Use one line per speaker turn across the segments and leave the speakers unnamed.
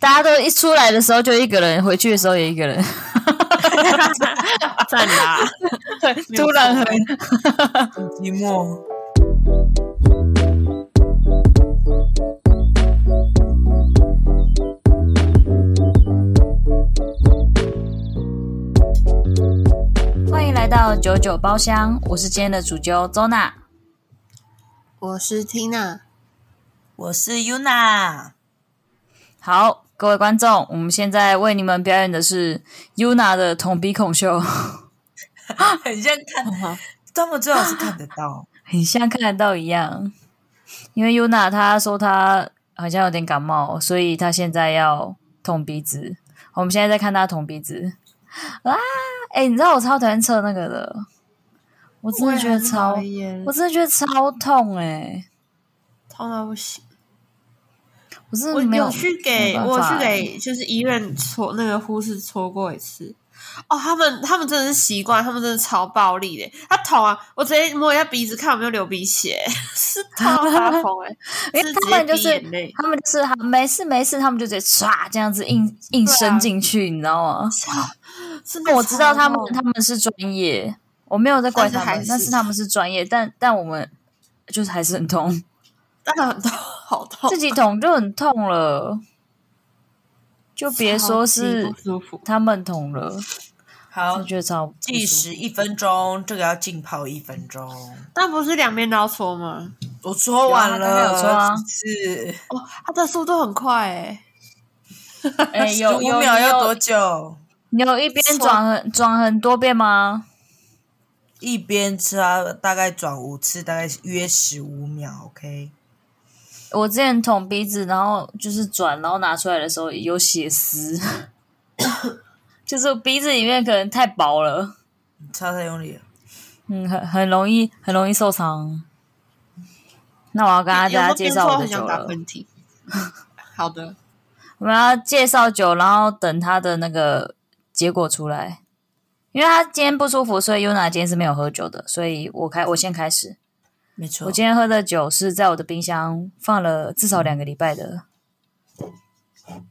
大家都一出来的时候就一个人，回去的时候也一个人，
赞啦！
突然很
很寂寞。
欢迎来到九九包厢，我是今天的主揪周娜。
我是 Tina，
我是 Yuna，
好，各位观众，我们现在为你们表演的是 Yuna 的捅鼻孔秀，
很像看，他们最好是看得到，
很像看得到一样。因为 Yuna 她说她好像有点感冒，所以她现在要捅鼻子。我们现在在看她捅鼻子啊！哎、你知道我超讨厌测那个的，我真的觉得超，我真的觉得超痛哎、
痛到不行。
我真
我
的没有
有去给
没办
我
法欸
去给就是医院搓那个护士搓过一次。哦，他们他们真的是习惯，他们真的超暴力的。他捅啊，我直接摸一下鼻子，看有没有流鼻血，是痛到发疯 哎、
因为
是
他
直接
们就
滴
是
眼泪
他们就是他没事没事，他们就直接唰这样子硬硬
对啊
伸进去，你知道吗？
真的
但我知道他们
超痛
他们是专业，我没有在怪
但是
他们
还，是
但是他们是专业，但但我们就是还是很痛，
但很痛，好痛
自，己捅就很痛了，就别说
超级
是
不舒服。
他们捅了，
好
我，觉得超不
计
舒服
时一分钟，这个要浸泡一分钟。
但不是两边都要搓吗？
我搓完
有啊刚
了，
刚有搓啊
是
哦，他的速度很快哎、
哎、
十
有
五
有
秒要多
有
久？
你有一边转很转很多遍吗？
一边擦，大概转五次，大概约十五秒，OK。
我之前捅鼻子，然后就是转，然后拿出来的时候有血丝，就是我鼻子里面可能太薄了，
擦太用力了，
嗯，很很容易很容易受伤。那我要跟大
有时
家
候
介
边
绍
搓
我的
很
酒
想打
了，
喷嚏。 好的，
我们要介绍酒，然后等它的那个结果出来。因为他今天不舒服，所以 Yuna 今天是没有喝酒的，所以我开我先开始。
没错
我今天喝的酒是在我的冰箱放了至少两个礼拜的。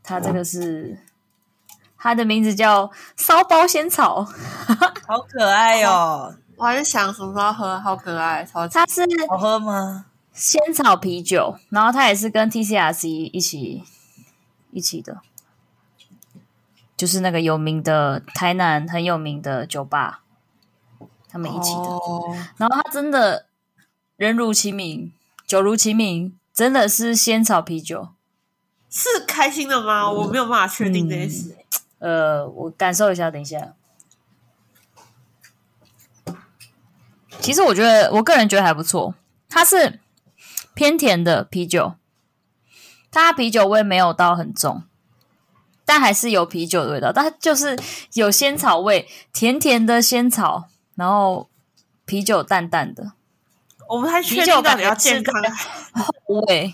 它这个是，它的名字叫烧包仙草，
好可爱哦，
我还在想什么时候喝，好可爱，超级
它是
好喝吗？
仙草啤酒，然后它也是跟 TCRC 一起一起的，就是那个有名的台南很有名的酒吧，他们一起的。
哦
然后它真的人如其名，酒如其名，真的是仙草啤酒。
是开心的吗？我没有办法确定这件事。
呃，我感受一下，等一下。其实我觉得，我个人觉得还不错，它是偏甜的啤酒，它啤酒味没有到很重，但还是有啤酒的味道，但它就是有仙草味，甜甜的仙草，然后啤酒淡淡的
我不太确定到底要健康
啤酒感觉味，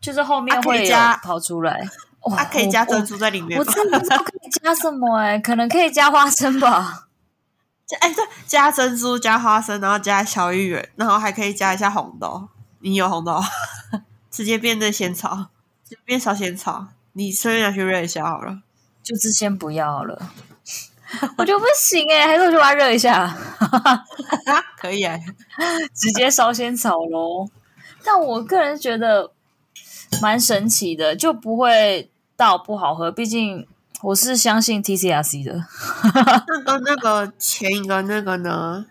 就是后面
哦啊可以
会有
加
跑出来。哇
啊，可以加
我
珍珠在里面
我
吗？
真的不知道可以加什么哎、可能可以加花生吧。
加 哎，对，加珍珠，加花生，然后加小芋圆，然后还可以加一下红豆。你有红豆， 直接变那仙草，直接变小仙草。你随便拿去热一下好了。
就是先不要了，我觉得不行哎、还是我就把它热一下，
啊， 可以哎，
直接烧仙草喽。但我个人觉得蛮神奇的，就不会到不好喝，毕竟我是相信 TCRC 的。
那跟那个前一个那个呢，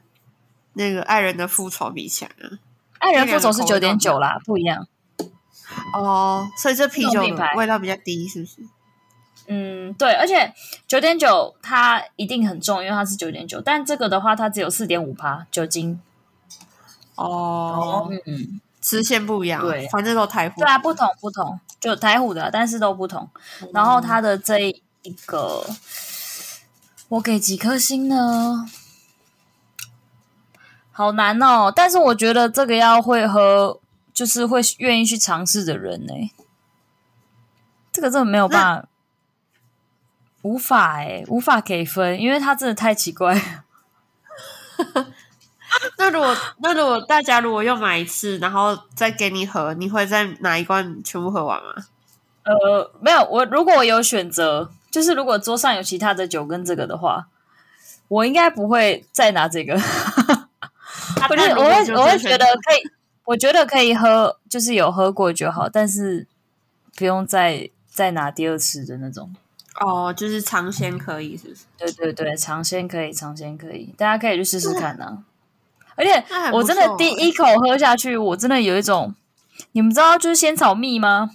那个爱人的复仇啊比起来呢？
爱人复仇是
这
九
两个口味
点
都
九啦，不一样。
哦，所以这啤酒
这种品
的
牌
味道比较低，是不是？
嗯，对，而且九点九它一定很重，因为它是九点九，但这个的话它只有四点五趴酒精。
哦，
嗯。
支线不一样，啊
对
反正都台服
对啊，不同不同，就台虎的啊、但是都不同。然后它的这一个，我给几颗星呢？好难哦，但是我觉得这个要会喝，就是会愿意去尝试的人呢、这个真的没有办法，无法哎、无法给分，因为它真的太奇怪了。
那如果那如果大家如果又买一次，然后再给你喝，你会再拿一罐全部喝完吗？啊
呃，没有，我如果我有选择，就是如果桌上有其他的酒跟这个的话，我应该不会再拿这个。我就
那如
我
果
会
就
我会
先
觉
选
得可以，我觉得可以喝，就是有喝过就好，但是不用再再拿第二次的那种。
哦，就是尝鲜可以，是不是？
对对对，尝鲜可以，尝鲜可以，大家可以去试试看呐、而且
那很不
我真的
错欸
第一口喝下去，我真的有一种，你们知道就是仙草蜜吗？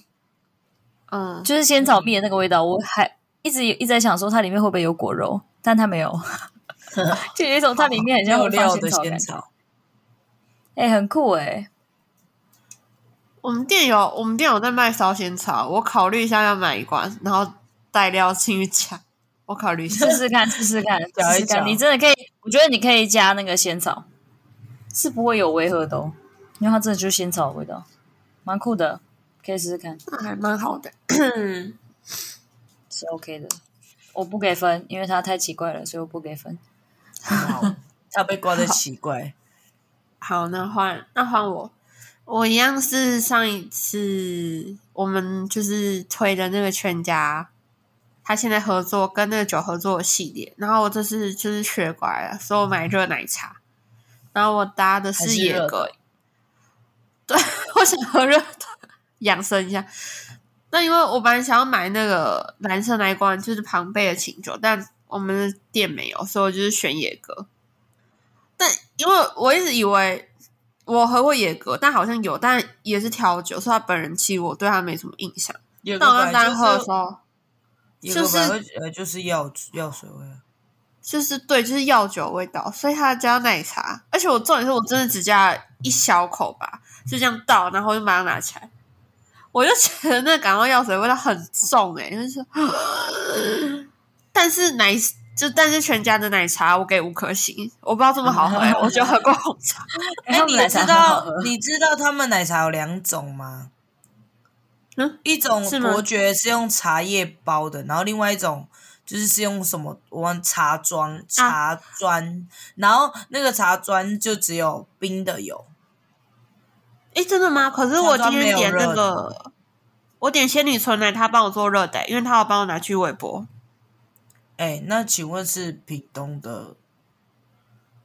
嗯，
就是仙草蜜的那个味道，我还一直一直在想说它里面会不会有果肉，但它没有，就有一种它里面很像
料
会放
料
仙
的
草的
仙
感觉，
草，
哎、很酷哎、
我们店有我们店有在卖烧仙草，我考虑一下要买一罐，然后带料进去加。我考虑一 下
试，试看，试试看，
搅
试
一
试看，
搅
你真的可以，我觉得你可以加那个仙草，是不会有违和的哦，因为它真的就是仙草的味道，蛮酷的，可以试试看。
还蛮好 的。嗯
是 OK 的。我不给分，因为它太奇怪了，所以我不给分。
好它被挂在奇怪。
好，那换那换我，我一样是上一次我们就是推的那个全家，他现在合作跟那个酒合作的系列，然后我这次就是学乖了，所以我买热奶茶，然后我搭的
还
是
是
野
热
格，对 我想喝热的养生一下。那因为我本来想要买那个蓝色那一罐，就是庞贝的清酒，但我们的店没有，所以我就是选野格。但因为我一直以为我喝过野格，但好像有，但也是调酒，所以他本人其实我对他没什么印象。
有
但
个
我刚
本来
刚
就
喝的
是
时候，
有
就
个
是
本来会呃就是药药水味啊，
就是对，就是药酒的味道，所以他加奶茶，而且我重点是我真的只加了一小口吧，就这样倒，然后就马上拿起来，我就觉得那感冒药水的味道很重诶、就是说， 但是奶就但是全家的奶茶我给五颗星，我不知道这么好喝、欸，我就喝过红茶，
哎他们
你
奶茶
知
很好
道
喝
你知道他们奶茶有两种吗？
嗯，
一种
是吗
伯爵是用茶叶包的，然后另外一种就是是用什么我忘茶庄茶砖，然后那个茶砖就只有冰的有，
诶、真的吗？可是我今天点
茶
那
庄没有
个，我点仙女纯奶，他帮我做热的、因为他有帮我拿去微波，
哎，那请问是屏东的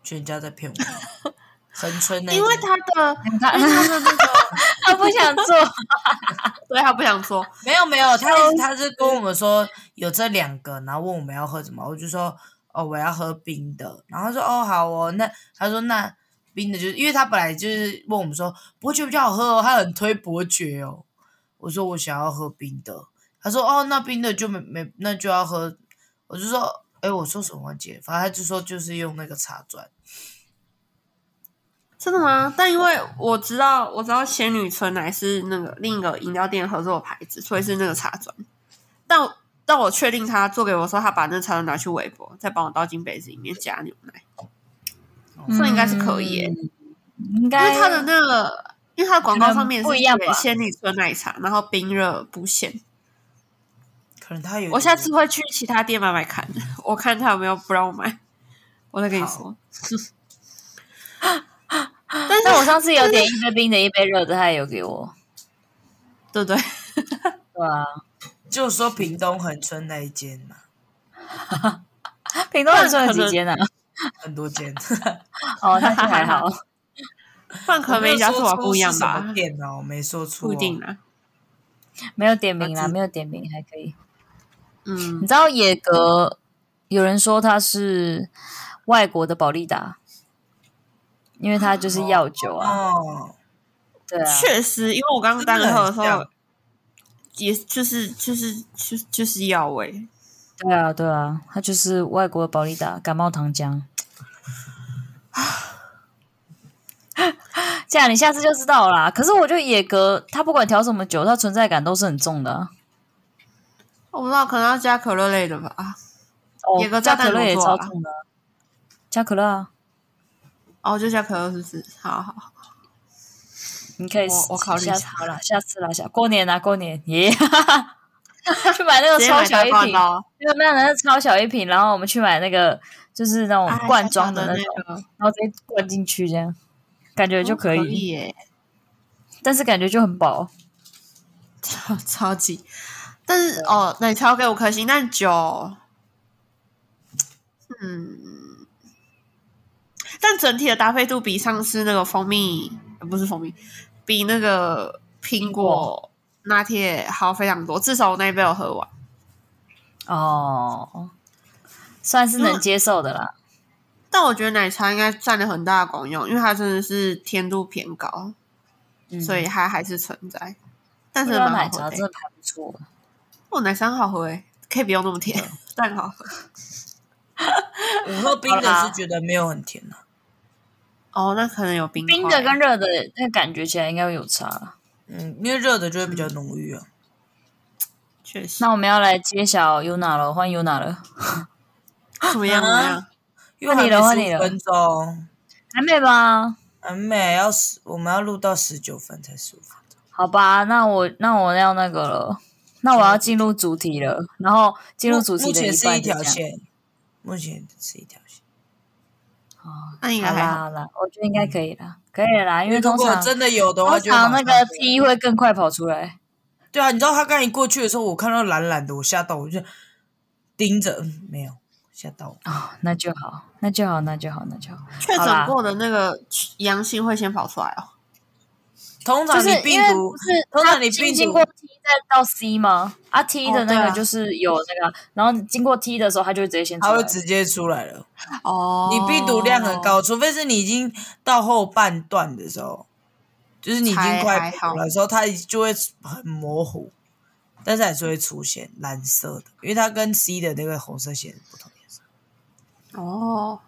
全家在骗我吗？恒春那一
因为
间
他的
他
因为他的那个。
他不想做，
对他不想做，
没有没有，他一直他是跟我们说有这两个，然后问我们要喝什么，我就说哦我要喝冰的，然后他说哦好哦，那他说那冰的就是因为他本来就是问我们说伯爵比较好喝哦，他很推伯爵哦，我说我想要喝冰的，他说哦那冰的就没没那就要喝，我就说哎我说什么忘记了，反正他就说就是用那个茶砖，
真的吗？但因为我知道，我知道仙女纯奶是那个另一个饮料店合作的牌子，所以是那个茶砖。但我但我确定他做给我的时候，他把那茶砖拿去微波，再帮我倒进杯子里面加牛奶，这应该是可以耶
嗯应
因
该
为他的那个，因为他的广告上面
可能不一样
是
吧
写仙女纯奶茶，然后冰热不限。
可能他有
我下次会去其他店买买看，我看他有没有不让我买，我再跟你说。但 是
那我上次有点一杯冰的，一杯热的，他也有给我，
对不对？
对啊。
就说屏东恒春那一间啊嘛，
屏东人算有几间啊？
很多间。
哦，那就还 好。
饭可能每一家做法不一样
我没有说出是什
吧
么，店哦，我没说出、哦。
不一定啊。
没有点名
我
啦，
知
没有点名还可以。
嗯
你，知道野格，有人说它是外国的宝利达，因为它就是药酒啊，
哦，
对啊，
确实，因为我刚刚单喝的时
真的很
候
像，
也就是就是就就是欸药味，
对啊，对啊，它就是外国的宝利达感冒糖浆。 这样你下次就知道啦。可是我觉得野格它不管调什么酒，它存在感都是很重的啊、
我不知道可能要加可乐类的吧。
哦
野格
加可
炸弹
乐也
怎么做
超
啊
重的啊、加可乐啊，
哦，就加可乐是不是？好好好，
你可以
我我考虑一
下
下
次好啦，下次啦，下过年啦，过年耶， 去买那个
直接
超
买
小
大
一
罐
瓶
的，哦，
对，没有那是超小一瓶，然后我们去买那个就是那种
啊
哎罐装的
小
那
小
种，
那个
然后直接灌进去，这样感觉就可以，
哦耶，
但是感觉就很饱。
超超级。但是哦，奶茶我给五颗星，但酒，嗯，但整体的搭配度比上次那个蜂蜜呃不是蜂蜜，比那个苹果拿铁好非常多。至少我那一杯有喝完，
哦，算是能接受的啦。
但我觉得奶茶应该占了很大的功用，因为它真的是甜度偏高，
嗯
所以它还是存在。但
我
是
觉得
蛮
奶
好喝
茶
的
真
欸，
的还不错。
哦，奶茶很好喝诶，可以不用那么甜， 但很好喝。
我喝冰
好
的
啦
是觉得没有很甜啊。
哦，那可能有冰
冰
块
的跟热的那感觉起来应该会有差啦。
嗯，因为热的就会比较浓郁啊。
确实
那我们要来揭晓 UNA 了，换 UNA 了，
怎么样怎么样？
因为
换你了换你
十
了
五分钟，
还没吧？
很美，要十，我们要录到十九分才十五分钟。
好吧，那我那我要那个了，那我要进入主题了，然后进入主题
目
的
前
一
是
半
一
就这
条
样。
线，目前是一条线。
那应该
好
还
啦
好。
好啦，我觉得应该可以啦，可以啦，因为
如
通
果
常
真的有的话
通
就马
常那
上，
个 T 会更快跑出来。
对啊，你知道他刚一过去的时候，我看到蓝蓝的，我吓到，我就盯着，嗯没有吓到我。
哦，那就好，那就好，那就好，那就好。
确
好啦
诊过的那个阳性会先跑出来哦。
通
就
常
是
你
因
病
为
毒
不，是
通常
它
你
经
病毒
经过 T 再到 C 吗？啊 T 的
哦
那
对
个
啊
就是有那个，啊然后经过 T 的时候，它就会直接先出
它
来
会。直接出来了。
哦
你病毒量很，
哦
高，除非是你已经到后半段的时候，就是你已经
才
快
还
病毒
好
了的时候，它就会很模糊，但是还是会出现蓝色的，因为它跟 C 的那个红色线不同颜色。
哦，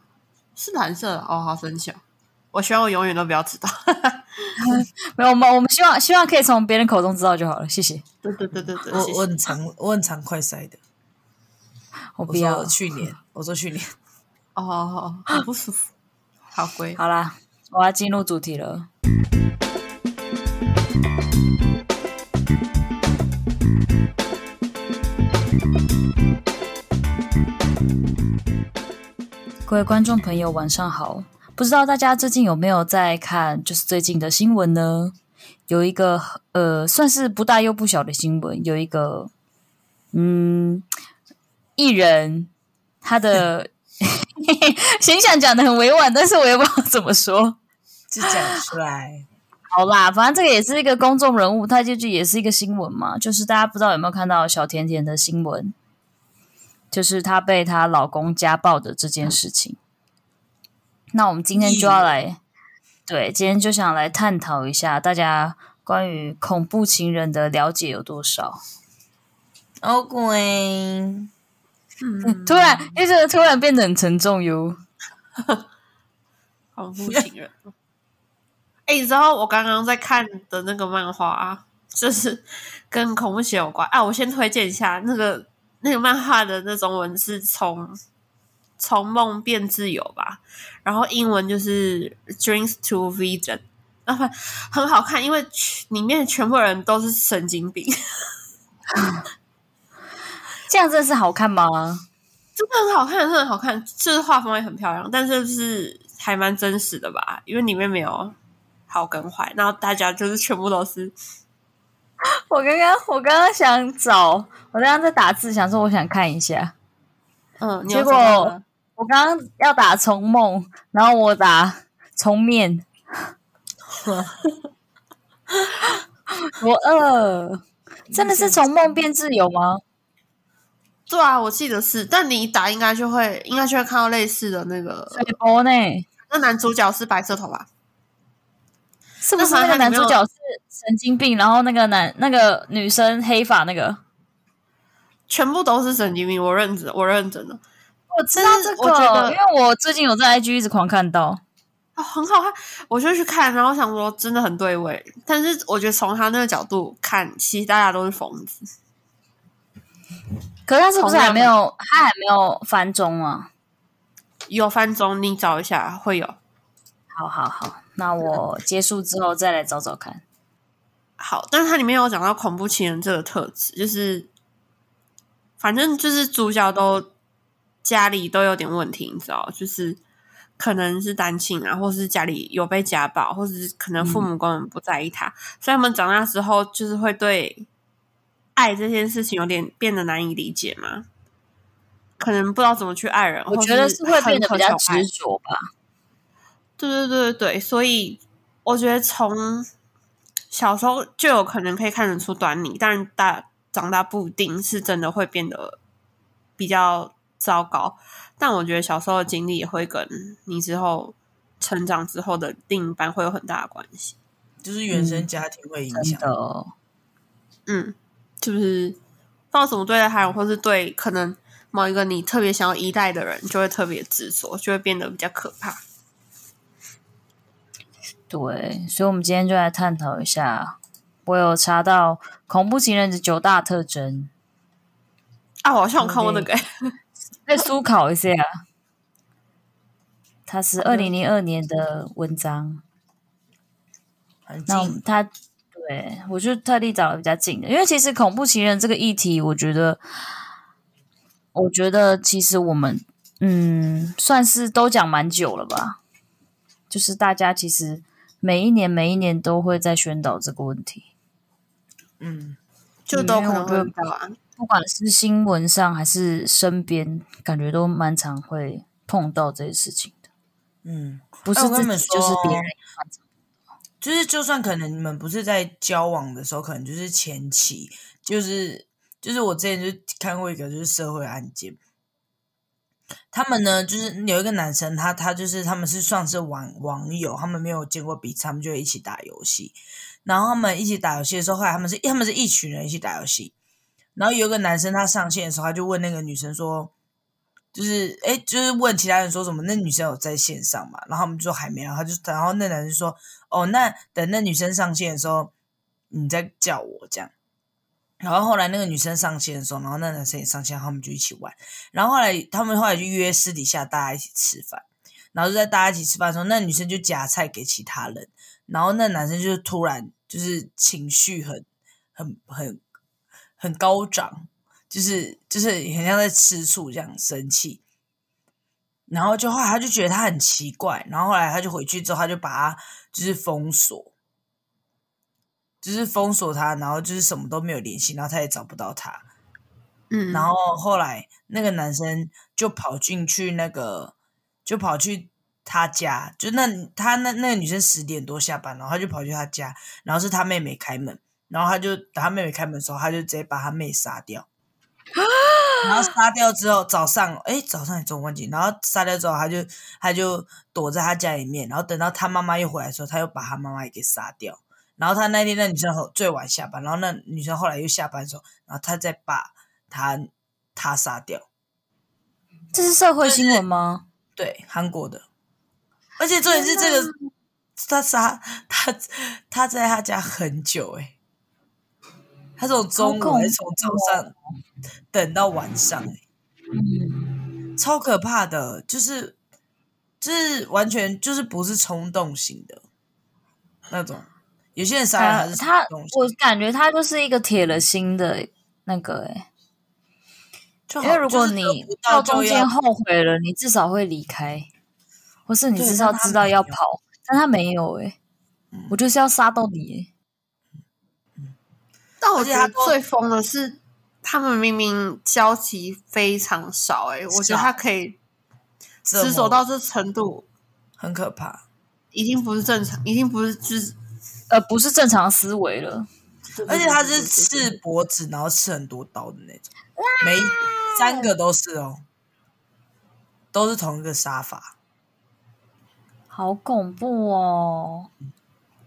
是蓝色的哦，好神奇哦！我希望我永远都不要知道。
没有，我们我们希望希望可以从别人口中知道就好了，谢谢。
对对对对对，
啊
我
谢谢
我很常我很常快塞的，
我
我
不要
说。去 年，我说去年，
哦哦，哦很不舒服，好贵。
好啦，我要进入主题了。各位观众朋友，晚上好！不知道大家最近有没有在看，就是最近的新闻呢？有一个呃，算是不大又不小的新闻，有一个嗯，艺人他的形象讲的很委婉，但是我也不知道怎么说。
就讲出来。
好啦，反正这个也是一个公众人物，他就就也是一个新闻嘛，就是大家不知道有没有看到小甜甜的新闻，就是她被她老公家暴的这件事情。那我们今天就要来，对，今天就想来探讨一下大家关于恐怖情人的了解有多少。
OK，
嗯，
突然，因为这个突然变得很沉重哟。
好不情人。哎，你知道我刚刚在看的那个漫画、啊，就是跟恐怖血有关啊。我先推荐一下那个那个漫画的那种文字从从梦变自由吧，然后英文就是 Dreams to Vision，啊，不很好看，因为全里面全部人都是神经病，
这样真的是好看吗？
真的很好看，真的很好看，就是画风也很漂亮，但是就是还蛮真实的吧，因为里面没有好跟坏，然后大家就是全部都是
我刚刚我刚刚想找，我刚刚在打字，想说我想看一下。
嗯，你
结
有
果
找到吗
我刚刚要打重梦，然后我打重 面，我饿，真的是从梦变自由吗？
对啊，我记得是，但你一打应该就会，应该就会看到类似的那个。
水波呢？
那男主角是白色头发，
是不是那个男主角是神经病？然后那个男那个女生黑发那个，
全部都是神经病。我认真，我认真的，
我知道这
我觉
个，
得
因为我最近有在 IG 一直狂看到。
啊、很好看。我就去看，然后想说真的很对味，但是我觉得从他那个角度看，其实大家都是疯子。
可是他是不是还没有？他还没有翻中啊？
有翻中，你找一下会有。
好好好，那我结束之后再来找找看。
好，但是它里面有讲到恐怖情人这个特质，就是反正就是主角都家里都有点问题，你知道，就是可能是单亲啊，或是家里有被家暴，
嗯
或者是可能父母根本不在意他，所以他们长大之后就是会对爱这件事情有点变得难以理解吗？可能不知道怎么去爱人，
我
或
觉得
是
是会变得比
很
较
渴求爱
执着吧。
对对对对对，所以我觉得从小时候就有可能可以看得出端倪，但是大长大不一定是真的会变得比较糟糕。但我觉得小时候的经历也会跟你之后成长之后的另一半会有很大的关系。
就是原生家庭会
嗯
影
真
响。
的哦，
嗯，就是不知道怎么对待他人，或是对可能某一个你特别想要依赖的人，就会特别执着，就会变得比较可怕。
对，所以我们今天就来探讨一下。我有查到恐怖情人的九大特征，
啊，我好像有看过那个、
再思考一下。它是二零零二年的文章，
很
那我们
近，
它对我就特地找了比较近的，因为其实恐怖情人这个议题，我觉得，我觉得其实我们嗯算是都讲蛮久了吧，就是大家其实每一年每一年都会在宣导这个问题。
嗯，
就都可
因为
能
我觉得
会遇到啊。
不管是新闻上还是身边，感觉都蛮常会碰到这些事情的，
嗯，
不是
哎我跟
自
你们
己就是
说
别人。
就是就算可能你们不是在交往的时候，可能就是前期，就是就是我之前就看过一个就是社会案件，他们呢就是有一个男生，他他就是他们是算是网网友，他们没有见过彼此，他们就一起打游戏，然后他们一起打游戏的时候，后来他们是他们是一群人一起打游戏，然后有一个男生他上线的时候，他就问那个女生说。就是哎，就是问其他人说什么？那女生有在线上嘛？然后他们就说还没啊有，他就然后那男生说哦，那等那女生上线的时候，你再叫我这样。然后后来那个女生上线的时候，然后那男生也上线，他们就一起玩。然后后来他们后来就约私底下大家一起吃饭，然后就在大家一起吃饭的时候，那女生就夹菜给其他人，然后那男生就突然就是情绪很很很很高涨，就是就是很像在吃醋这样生气。然后就后来他就觉得他很奇怪，然后后来他就回去之后，他就把他就是封锁，就是封锁他，然后就是什么都没有联系，然后他也找不到他。
嗯，
然后后来那个男生就跑进去那个，就跑去他家，就那他那那个女生十点多下班，然后他就跑去他家，然后是他妹妹开门，然后他就等他妹妹开门的时候，他就直接把他妹杀掉。然后杀掉之后，早上哎，早上也中午忘记。然后杀掉之后，他就他就躲在他家里面，然后等到他妈妈又回来的时候，他又把他妈妈也给杀掉。然后他那天那女生后最晚下班，然后那女生后来又下班的时候，然后他再把他他杀掉，
这是社会新闻吗？
对，韩国的。而且重点是这个，他杀他他在他家很久诶、他从中
好恐
午
怖哦
还是从早上等到晚上、欸，
嗯
超可怕的，就是就是完全就是不是冲动型的那种，有些人杀人还
他
是
他
冲动，
我
型，
感觉他就是一个铁了心的那个、欸，
就好
因为如果
就是得
你
不
到
到
中
就
间
要
后悔了，你至少会离开，或是你
对
至少
但他
知道要
没有
跑，但他没有、欸，
嗯
我就是要杀到你、欸，
但我
而且
觉
他
得
都
最疯的是，他们明明交集非常少、欸，我觉
少
得他可以
折
执
磨
着到这程度，
很可怕。
已经不是正常，已经不是就是，
呃，不是正常思维了。
而且他是
对
刺脖子，然后刺很多刀的那种，每三个都是哦，都是同一个杀法。
好恐怖哦！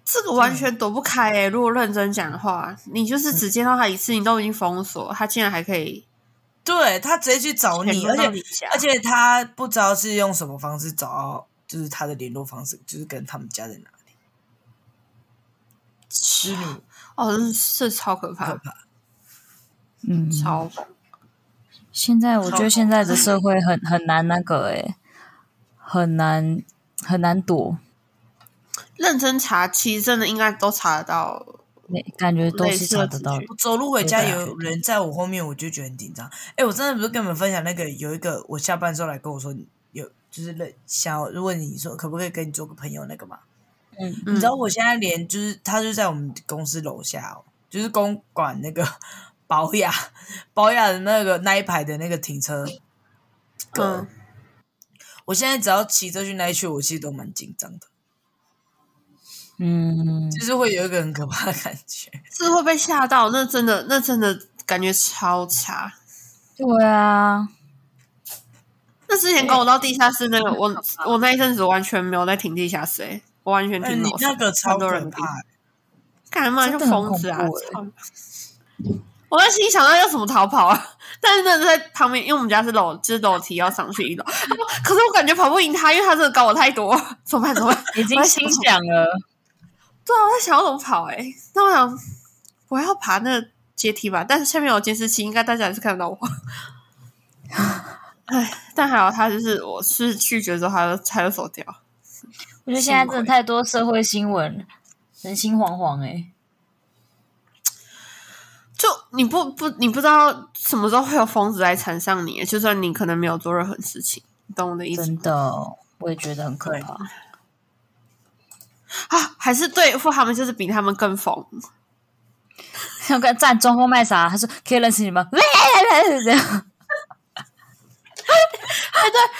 这个
嗯
完全躲不开、欸。如果认真讲的话，你就是只见到他一次，你都已经封锁，他竟然还可以
对他直接去找哦你，
潜
而
入到
且
家
而且他不知道是用什么方式找到，就是他的联络方式，就是跟他们家在哪里。痴女
哦，这是超可怕
可，怕，
嗯，
超疯。
现在我觉
超
得现在的社会很很难那个诶、很难很难躲，
认真查，其实真的应该都查得到。
那感觉都
类
是
似
查
的
得
资
到的
讯。
我走路回家
对啊
有人在我后面，我就觉得很紧张。哎，我真的不是跟你们分享那个有一个我下班之后来跟我说有，就是那想要问你说可不可以跟你做个朋友那个嘛。
嗯，
你
你知道我现在连就是他就在我们公司楼下哦，就是公馆那个 保雅保雅的那个那一排的那个停车格。
嗯，
我现在只要骑车去那一区，我其实都蛮紧张的，
嗯，
就是会有一个很可怕的感 觉。
是会被吓到，那真的，那真的感觉超差。
对啊，
那之前跟我到地下室那个，我我那一阵子完全没有在停地下室、欸，我完全
哎，
停
你
楼上、
那个超
很多
可
人停
怕、
干嘛就
真的很
疯子啊！
恐怖欸
操我在心里想到要怎么逃跑啊，但是那是在旁边，因为我们家是楼，就是楼梯要上去一楼，可是我感觉跑不赢他，因为他真的高我太多，怎么办？怎 么办？
已经心想了，
对啊，我在想要怎么跑哎、欸，那我想我要爬那个阶梯吧，但是下面有监视器，应该大家还是看得到我。 哎，但还好他就是我是拒绝之后，他就他就走掉。
我觉得现在真的太多社会新闻，人心惶惶哎、
就你不不你不知道什么时候会有疯子来缠上你，就算你可能没有做任何事情，你懂我的意思吗
真的，我也觉得很可怕。
啊？还是对付他们就是比他们更疯，
我跟站装疯卖傻，他说可以认识你 吗？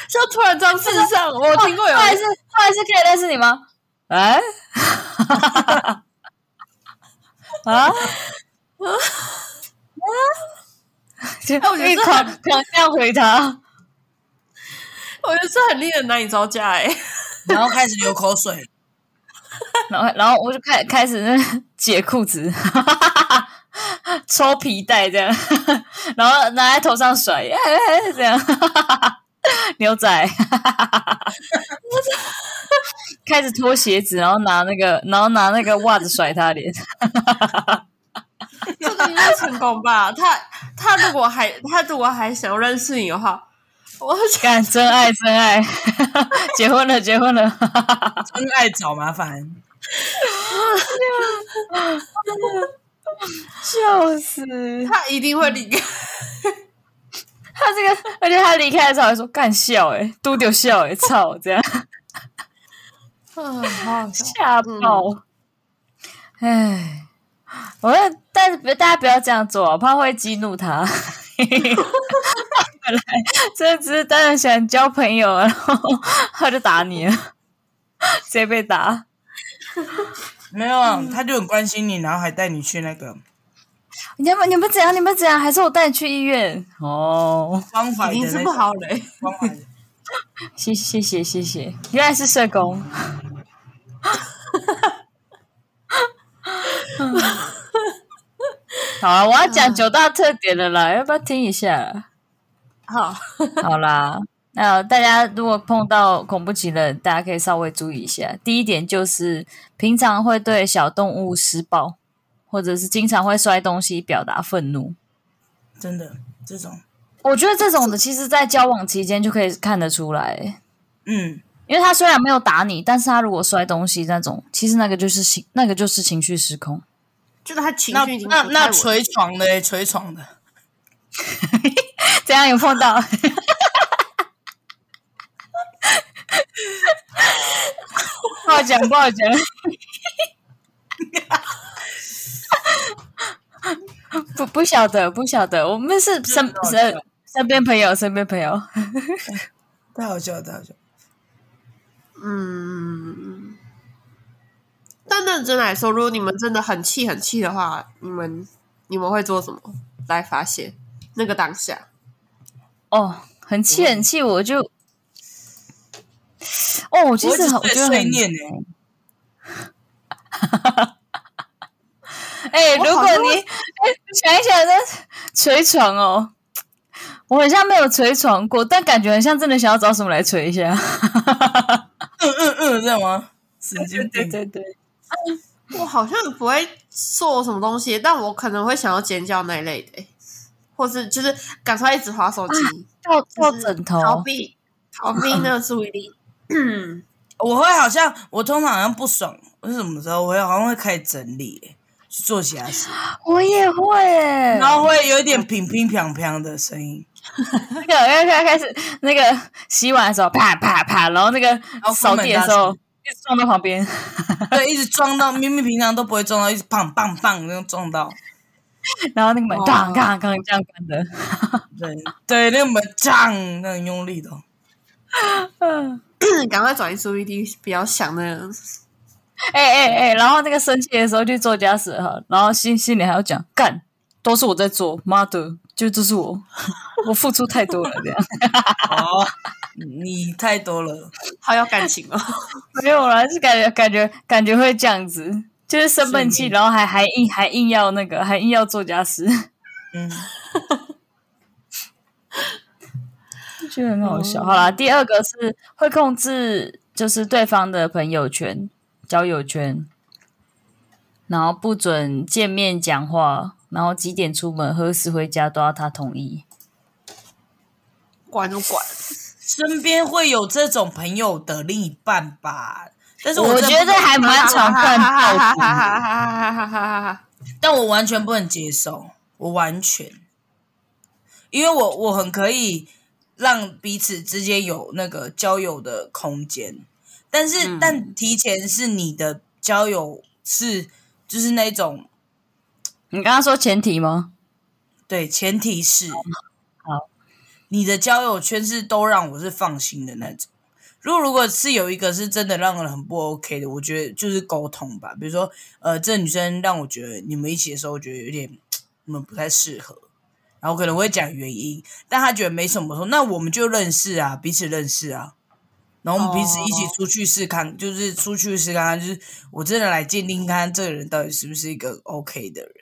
就突然这样 刺上，我听过有
不好
人哎
意思，不好意思，可以认识你吗？啊哎、 啊，就
哎我觉得这
狂
很
狂这样回他，
我觉得这很令人难以招架 哎、
然后开始流口水，
然后然后我就开开始那解裤子，抽皮带这样，然后拿在头上甩，哎哎哎这样，牛仔，开始脱鞋子，然后拿那个，然后拿那个袜子甩他脸。
这个应该成功吧？他他如果还他如果还想要认识你的话，我想
干真爱真爱， 结婚了结婚了，
真爱找麻烦。
笑死！
他一定会离开。
他这个，而且他离开的时候还说干笑哎、欸，嘟丢笑哎、欸，操这样
嗯，好好笑
吓爆！哎、我要，但是别大家不要这样做，我怕会激怒他。 本来这只是单纯想交朋友，然后他就打你了，直接被打。
没有啊，
嗯
他就很关心你，然后还带你去那个
你们你们怎样？你们怎样？还是我带你去医院？哦，
关怀的
已经
那
是
种
不好了欸、
关怀的。
谢谢谢谢谢，原来是社工。 好了，我要讲九大特点了啦，要不要听一下？
好，
好啦，那大家如果碰到恐怖情人，大家可以稍微注意一下。第一点就是平常会对小动物施暴，或者是经常会摔东西表达愤怒。
真的这种，
我觉得这种的，其实在交往期间就可以看得出来、欸
嗯，
因为他虽然没有打你，但是他如果摔东西那种，其实那个就是情，那个就是情绪失控。
就是他情
那
绪已经
那
不太
那
稳
捶床的欸，捶床的，
怎样有碰到？ 不好讲，不好讲。 不不晓得，不晓得，我们是身身身边朋友，身边朋友。
太好笑了，太好笑了。
嗯，但认真来说，如果你们真的很气很气的话，你们你们会做什么来发泄那个当下？
哦，很气很气，我就，哦，我其
我一
实
直
很，我
在
觉得
碎
很
念欸呢，
哎、
我
如
好
果
像
你、哎想一想，这捶床哦，我很像没有捶床过，但感觉很像真的想要找什么来捶一下。
嗯嗯嗯，知道吗？神经 病，
对，
我好像不会做什么东西，但我可能会想要尖叫那一类的、或是就是赶快一直划手机，
抱抱枕头，
逃避逃避那个注意力。嗯，
我会好像我通常好像不爽，我是怎么着？我会好像会开始整理欸，去做其他事，
我也会哎、
然后会有一点乒乒乓乓的声音，
那个要开开始那个洗碗的时候啪啪啪，然后那个
后
扫地的时
关门
候一直撞到
大
旁边，
对，一直撞到，明明平常都不会撞到，一直砰砰砰那样撞到。
然后那个门
哦
杠杠杠这样关的。
对对，那个门胀，那很用力的哦。
嗯，
赶快转移注意力，不要想那个。
哎哎哎，然后那个生气的时候去做家事哈，然后心心里还要讲干，都是我在做，妈的，就这是我，我付出太多了这样。
哦，你太多了，
好有感情哦。
没有啦，是感觉感觉感觉会这样子，就是生闷气，
是
然后还还硬还硬要那个，还硬要做家事，
嗯，
就很好笑。嗯好啦，第二个是会控制，就是对方的朋友圈、交友圈，然后不准见面讲话，然后几点出门、何时回家都要他同意。
管就管，
身边会有这种朋友的另一半吧？但是
我
真的
觉得还蛮常看到
哈哈
的。
哈哈哈哈哈！
但我完全不能接受，我完全，因为我我很可以让彼此之间有那个交友的空间，但是、
嗯
但提前是你的交友是就是那种
你刚刚说前提吗？
对前提是
好，
你的交友圈是都让我是放心的那种。如果如果是有一个是真的让人很不 OK 的，我觉得就是沟通吧。比如说，呃，这女生让我觉得你们一起的时候，我觉得有点你们不太适合，然后可能会讲原因，但她觉得没什么，说那我们就认识啊，彼此认识啊，然后我们彼此一起
哦
出去试看，就是出去试看看，就是我真的来鉴定看看这个人到底是不是一个 OK 的人。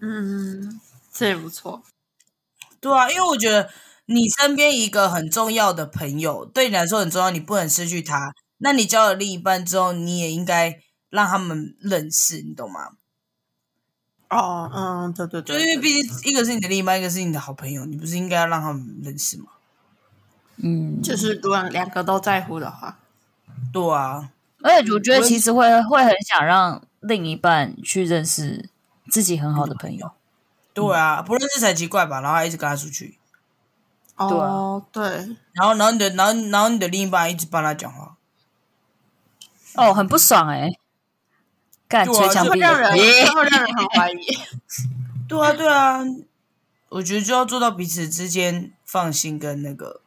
嗯，这也不错。
对啊，因为我觉得你身边一个很重要的朋友，对你来说很重要，你不能失去他。那你交了另一半之后，你也应该让他们认识，你懂吗？
哦，嗯，对对
就
对，
因为毕竟一个是你的另一半，一个是你的好朋友，你不是应该要让他们认识吗？
嗯，
就是如果两个都在乎的话，
对啊，
而且我觉得其实会会很想让另一半去认识自己很好的朋友。
对啊，不认识才奇怪吧？然后还一直跟他出去，
哦，对，
然后然后你的然后然后你的另一半一直帮他讲话，
哦，很不爽哎、欸，干
对啊
捶墙
会
壁
让人
的，
这会让人 很怀疑。
对啊对啊，我觉得就要做到彼此之间放心跟那个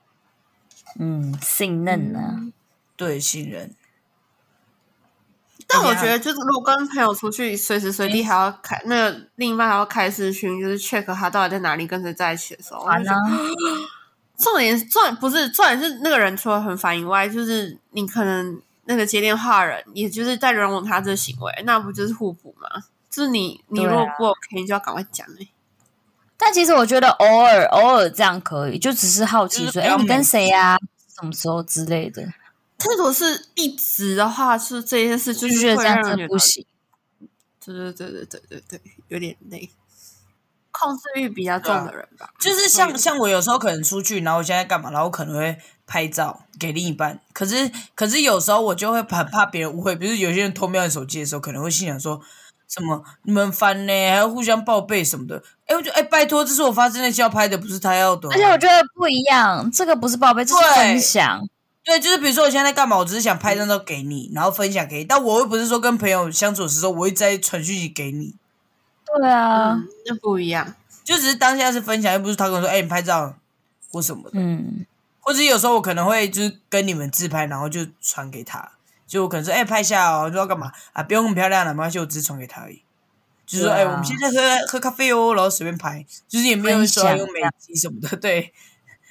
嗯，信任啊，
对信任。
但我觉得，就是如果跟朋友出去，随时随地还要开那个另一半还要开视讯，就是 check 他到底在哪里，跟谁在一起的时候，我
烦
就觉得
啊，
重点重点不是重点是那个人除了很烦以外，就是你可能那个接电话的人，也就是在容忍他这行为，那不就是互补吗？就是你你
对啊
如果不 OK，你就要赶快讲哎、
但其实我觉得偶尔偶尔这样可以，就只是好奇
就是
说，
不
哎、
要
你
每
跟谁呀、什么时候之类的，
但是如果是一直的话，是这件事就
就是觉得
会
这样
让人
真
觉
的
得
不，行。
对对对对对对对，有点累。控制欲比较重的人吧，
就是像像我有时候可能出去，然后我现在干嘛，然后我可能会拍照给另一半。可是可是有时候我就会很怕别人误会，比如有些人偷瞄你手机的时候，可能会心想说什么你们烦呢，还要互相报备什么的。哎，我就哎拜托，这是我发自内心要拍的，不是他要的哦。
而且我觉得不一样，这个不是报备，这是
对
分享。
对，就是比如说我现在在干嘛，我只是想拍张照给你，然后分享给你。但我又不是说跟朋友相处的时候，我会再传讯息给你，
对啊，
嗯，那不一样。
就只是当下是分享，又不是他跟我说哎你拍照或什么的。
嗯，
或者有时候我可能会就是跟你们自拍，然后就传给他，就我可能说，哎、拍一下哦，就要干嘛啊？不用很漂亮了，没关系，我只是传给他而已。就是说，
对啊
哎、我们现在喝喝咖啡哦，然后随便拍，就是也没有说要用美肌什么的，对，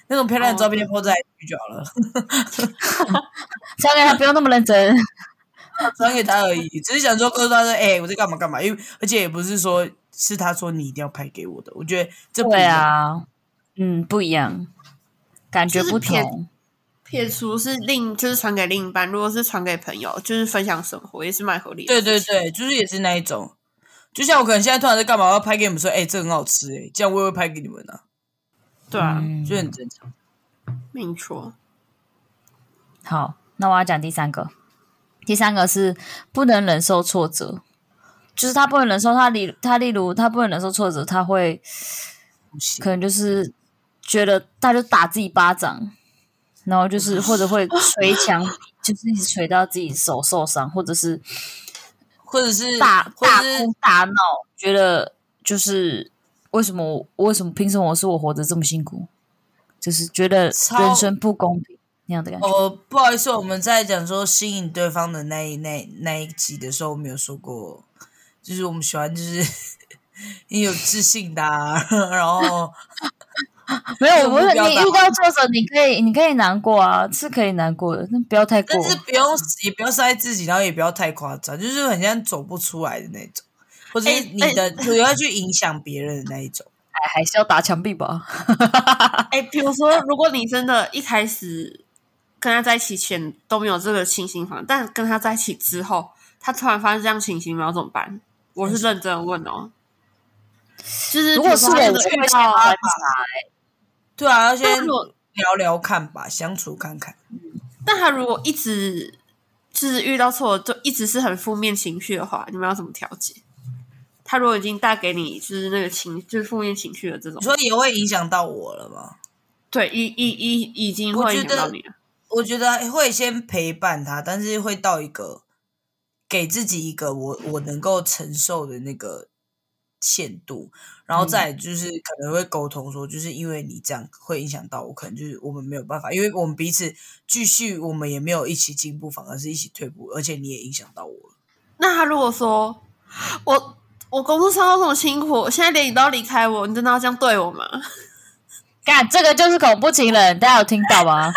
那种漂
哦
亮的照片 po 在 IG 就好了，
这样他不用那么认真。
传给他而已，只是想说告诉他说，哎、我在干嘛干嘛，因为而且也不是说是他说你一定要拍给我的，我觉得这不一
对
样，
啊，嗯，不一样，感觉
就是
不
偏
同。
撇除是另就是传给另一半，如果是传给朋友，就是分享生活也是蛮合理的。
对对对，就是也是那一种，就像我可能现在突然在干嘛，我要拍给你们说，哎、这很好吃、哎，这样我也会拍给你们啊。
对啊，
嗯
就很正常。
没错。
好，那我要讲第三个，第三个是不能忍受挫折，就是他不能忍受他例他例如他不能忍受挫折，他会
不行
可能就是觉得他就打自己巴掌，然后就是或者会捶 墙，就是一直捶到自己手受伤，或者是
或者是
大
或
大
者是
哭大闹，觉得就是为什么我为什么凭什么我说我活得这么辛苦，就是觉得人生不公平那样的感觉。
哦，不好意思，我们在讲说吸引对方的那一那那一集的时候，我们有说过，就是我们喜欢就是 很有自信的、啊， 然后
没有，
这个
不是
目标
你
吧
遇到挫折，你可以你可以难过啊，是可以难过的，但不要太过
但。是不用也不要塞自己，然后也不要太夸张，就是很像走不出来的那种，或者是你的不要去影响别人的那一种。
还还是要打墙壁吧。
哎、比如说，如果你真的一开始跟他在一起前都没有这个情形发生，但跟他在一起之后，他突然发生这样情形，然后怎么办？我是认真的问哦。就是
如果是
是
我，我
真
就
的
会
遇
先
到，啊
观察
对啊，要
但
先
如果
聊聊看吧，相处看看。
但他如果一直就是遇到错，就一直是很负面情绪的话，你们要怎么调节？他如果已经带给你就是那个情，就是负面情绪的这种
你，说也会影响到我了吗？
对，已已已已经
我
会
觉
影响到
得
你了。
我觉得会先陪伴他，但是会到一个给自己一个我我能够承受的那个限度，然
嗯
后再来就是可能会沟通说，就是因为你这样会影响到我，可能就是我们没有办法，因为我们彼此继续，我们也没有一起进步，反而是一起退步，而且你也影响到我了。
那他如果说我我工作上到这么辛苦，现在连你都要离开我，你真的要这样对我吗？
干，这个就是恐怖情人，大家有听到吗？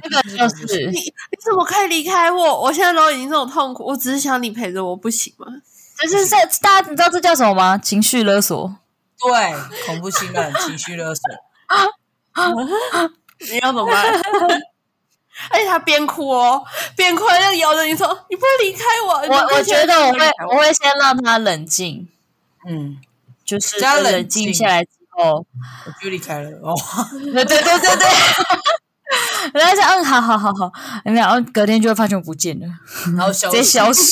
这个就是
你你怎么可以离开我？我现在都已经这么痛苦，我只是想你陪着我，不行吗？
就是在大家你知道这叫什么吗？情绪勒索。
对，恐怖情人、情绪勒索，
你要怎么办？ 而且他边哭哦，边哭就摇着你说：“你不会离开我。你
我
不
我
会
觉得我会
离开我
我会先让他冷静，
嗯，
就是
只要冷
冷静下来之后，
我就离开了哦。
对对对对对。 然后想，嗯，好好好好，然后隔天就会发现我不见了，
然后消
直接
失
消失。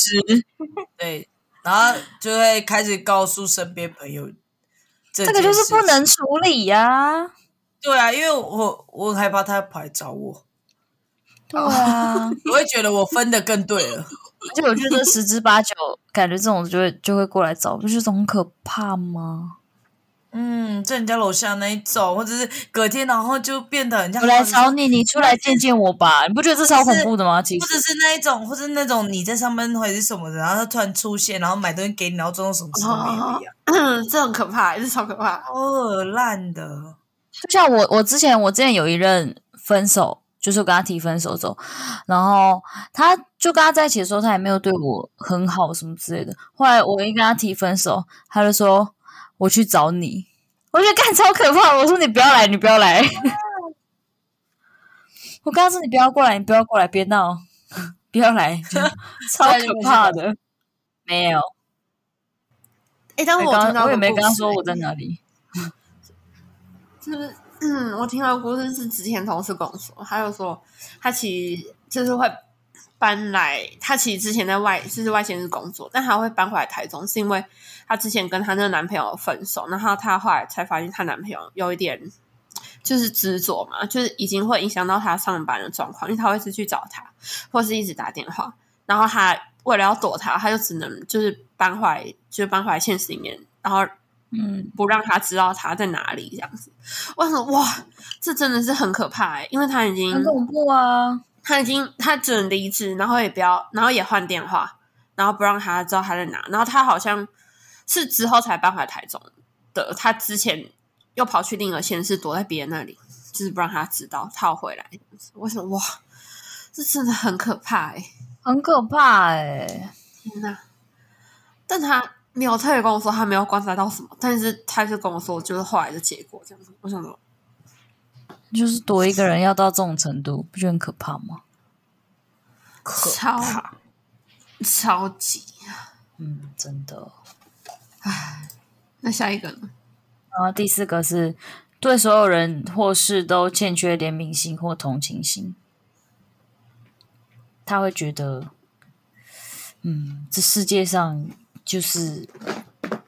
对，然后就会开始告诉身边朋友这
这个就是不
件事情
能处理呀、
对啊，因为我我很害怕他跑来找我，
对 啊，
我会觉得我分的更对了。
而且我觉得十之八九，感觉这种就会就会过来找，不是这种很可怕吗？
嗯，在你家楼下那一种，或者是隔天然后就变得很像
我来
或
找你，你出来见见我吧，你不觉得这超恐怖的吗？其实
者是那一种，或者那种你在上班或者是什么的，然后他突然出现，然后买东西给你，然后装作什么事都没有一样，
嗯这很可怕，这超可怕。
好恶烂的。
就像我，我之前我之前有一任分手，就是我跟他提分手之后，然后他就跟他在一起的时候，他也没有对我很好什么之类的。后来我一跟他提分手，他就说我去找你，我觉得干超可怕的。我说你不要来，你不要来。 我跟他说你不要过来，你不要过来，别闹，不要来， 超可怕的。没有，
哎，但
我
是我听
刚
到
我也
个
没
故
跟他
事
说
欸
我在哪里。
是不是？嗯，我听到的故事是之前同事跟我说，他就说他其实就是会搬来，他其实之前在外就是外县市工作，但他会搬回来台中，是因为她之前跟她那个男朋友分手，然后她后来才发现她男朋友有一点就是执着嘛，就是已经会影响到她上班的状况，因为她会一直去找他，或是一直打电话，然后她为了要躲他，她就只能就是搬回来，就是搬回来现实里面，然后
嗯，
不让他知道他在哪里这样子。我想说哇，这真的是很可怕、欸，因为他已经
很恐怖啊。
他已经他只能离职，然后也不要，然后也换电话，然后不让他知道他在哪。然后他好像是之后才搬回台中的，他之前又跑去另一个县市躲在别人那里，就是不让他知道他要回来。我想哇，这真的很可怕哎、
很可怕哎、
天呐！但他没有特别跟我说他没有观察到什么，但是他就跟我说就是后来的结果这样子。我想说，
就是多一个人要到这种程度，不觉得很可怕吗？
可
超超级。
嗯，真的。
那下一个呢？
然后第四个是对所有人或事都欠缺怜悯心或同情心，他会觉得，嗯，这世界上就是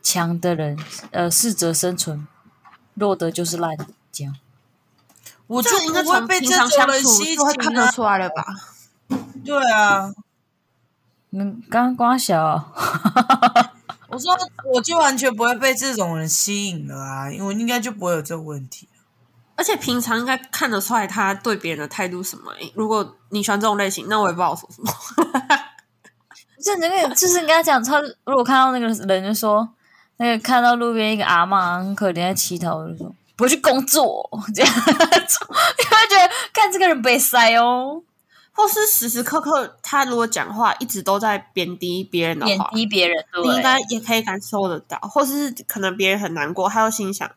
强的人，呃，适者生存，弱的就是烂，这样。
我就
这应该
不会
从
被
平
这
常
种
相
人
处
吸
就会看
引
得
啊！
出来了吧？
对啊，
嗯，刚刚光小，
我说我就完全不会被这种人吸引了啊，因为我应该就不会有这个问题。
而且平常应该看得出来他对别人的态度是什么。如果你喜欢这种类型，那我也不好说什么。
就那个，就是你跟他讲，他如果看到那个人就说，那个看到路边一个阿嬷很可怜在乞讨，就说不去工作，这样， 你会觉得看这个人被塞哦，
或是时时刻刻他如果讲话一直都在贬低别人的
贬
话，
低别人，对不
你
对
应该也可以感受得到，或是可能别人很难过，他又心想，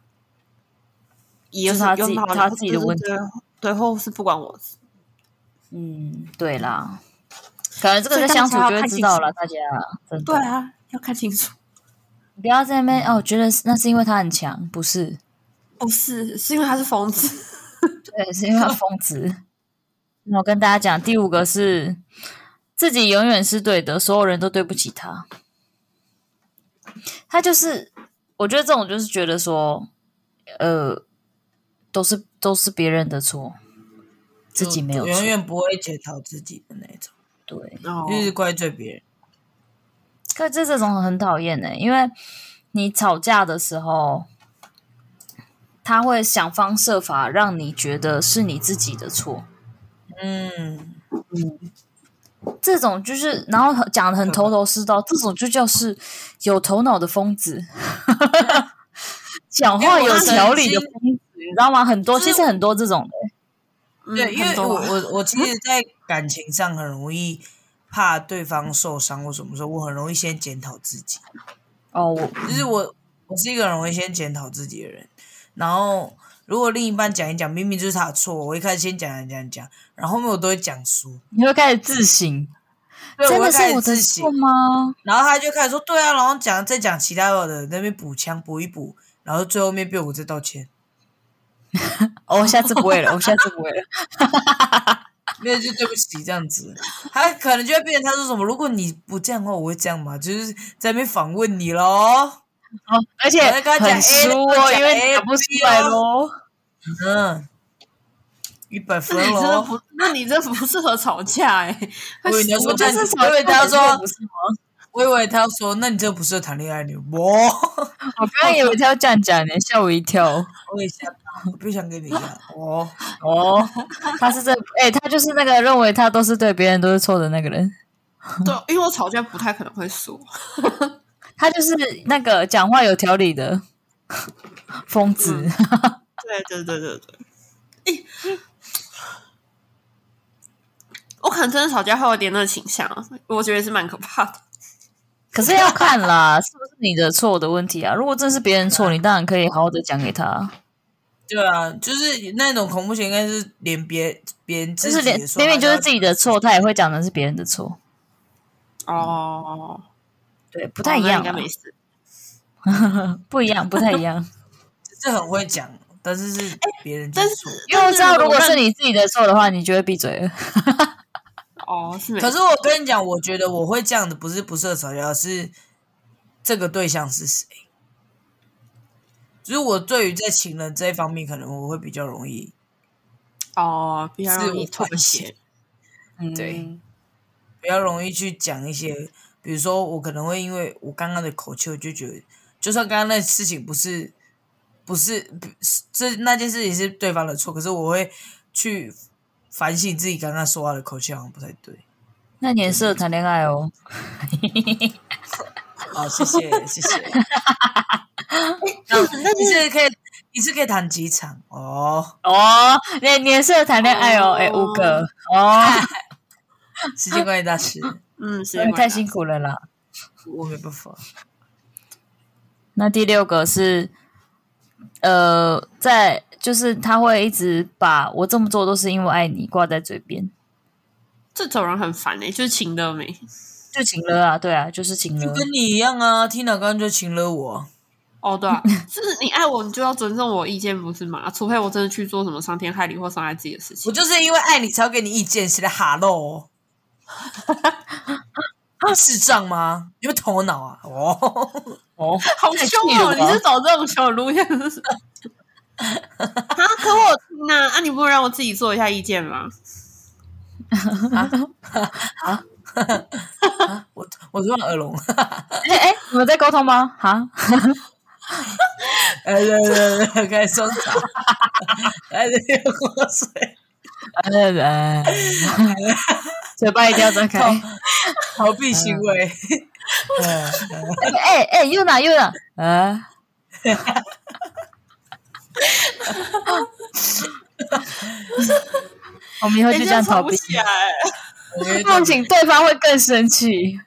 也
就是他自己
用
他自己的问题，
对对对，或是不管我，
嗯，对啦，可能这个
所以
人相处
大
就
家要
会
看
知
清
道
楚
了，大家真的
对啊，要看清楚，
不要在那边哦，觉得是那是因为他很强，不是，
不是是因为他是疯子，
对，是因 为他疯子。那我跟大家讲，第五个是自己永远是对的，所有人都对不起他。他就是，我觉得这种就是觉得说，呃，都是都是别人的错，自己没有
就
错，
永远不会检讨自己的那种，
对。
哦
就是怪罪别人。
可这这种很讨厌呢，因为你吵架的时候，他会想方设法让你觉得是你自己的错，
嗯，
这种就是，然后很讲的很头头是道，这种就叫是有头脑的疯子， 讲话有条理的疯子，你知道吗？很多，
就是
其实很多这种的，
嗯
对，因
很
为
多
我
啊
我我其实，在感情上很容易怕对方受伤或什么时候，我很容易先检讨自己。
哦，我
就是我我是一个很容易先检讨自己的人，然后如果另一半讲一讲，明明就是他的错，我一开始先讲讲讲讲，然后后面我都会讲输，
你会开始自省，
对，
真
会
的是
开
我
始
的
自省
错，吗？
然后他就开始说对啊，然后讲再讲其他的那边补枪补一补，然后最后面变我在道歉，
哦，我下次不会了，我下次不会了。
没有就对不起这样子，他可能就会变成他说什么，如果你不这样的话，我会这样嘛，就是在那边反问你喽，
哦，而且
我在跟他讲
很
A，
输
跟他
哦，
讲
因为打
A，哦
不出来喽。
嗯，一百分
那你真的
喽，
不，那你这不适合吵架哎、
我以为你要
会
说
死
就
但
是
因为他说
吵架不是吗
我以为他说那你这不适合谈恋爱，你我。
我刚刚以为他要这样讲呢，吓我一跳。
我也想，我不想跟你一样。哦，
哦，他是这，哎、他就是那个认为他都是对，别人都是错的那个人。
对，因为我吵架不太可能会输，
他就是那个讲话有条理的疯子。
对对对对对，我可能真的吵架会有点那个倾向啊，我觉得是蛮可怕的。
可是要看啦， 是不是你的错的问题啊？如果真是别人错，你当然可以好好的讲给他，
对啊，就是那种恐怖情，应该是连别别人
就
自
是
己
连
也说啊
明明就是
他
自己的错，他也会讲成是别人的错，
哦，
对，不
不
太一样
哦应
啊、
该没事。
不一样，不太一样。
是很会讲，但是是
哎
别人
但
就是错。
因为我知道，如果是
你
你自己的错的话，你就会闭嘴了。
哦，是 没
可是我跟你讲，我觉得我会这样的，不是不适合吵架，而是这个对象是谁。就是我对于在情人这一方面，可能我会比较容易，
哦，比较
自
容易
我
妥
反省
协。
对比较容易去讲一些，比如说我可能会因为我刚刚的口气，我就觉得，就算刚刚那事情不是不是不是这那件事情是对方的错，可是我会去反省自己刚刚说话的口气好像不太对。
那你也适合谈恋爱哦。
好，哦谢谢谢 谢。哎那你是可以，你是可以谈几场哦，
哦，你你也适合谈恋爱哦。
哦
哎、五个哦，
时间管理大 师，
嗯，是
太辛苦了啦。
我没办法。
那第六个是，呃，在就是他会一直把我这么做都是因为爱你挂在嘴边，
这种人很烦哎、就是情的没
就情了啊，对啊，就是情
就
了。
跟你一样啊，Tina 刚刚就请了我，
哦， 对啊，就是你爱我，你就要尊重我意见，不是吗？除非我真的去做什么伤天害理或伤害自己的事
我
情。
就是因为爱你才要给你意见，谁的哈喽？智障吗？有没有头脑啊？哦，
哦，
好凶哦！你 是走这种小路线是不 是？啊，可我有听啊，啊，你不能让我自己做一下意见吗？
我我突然耳聋，
哎哎，你们在沟通吗？哈，
哎对对对，开始哎收 场，开始流口水，
拜拜，嘴巴一定要张开。
逃避行为。嗯
哎哎又哪又哪？啊！ 我们以后就
人
这
家
样逃
吵不
避，
起来，
这样请对方会更生气。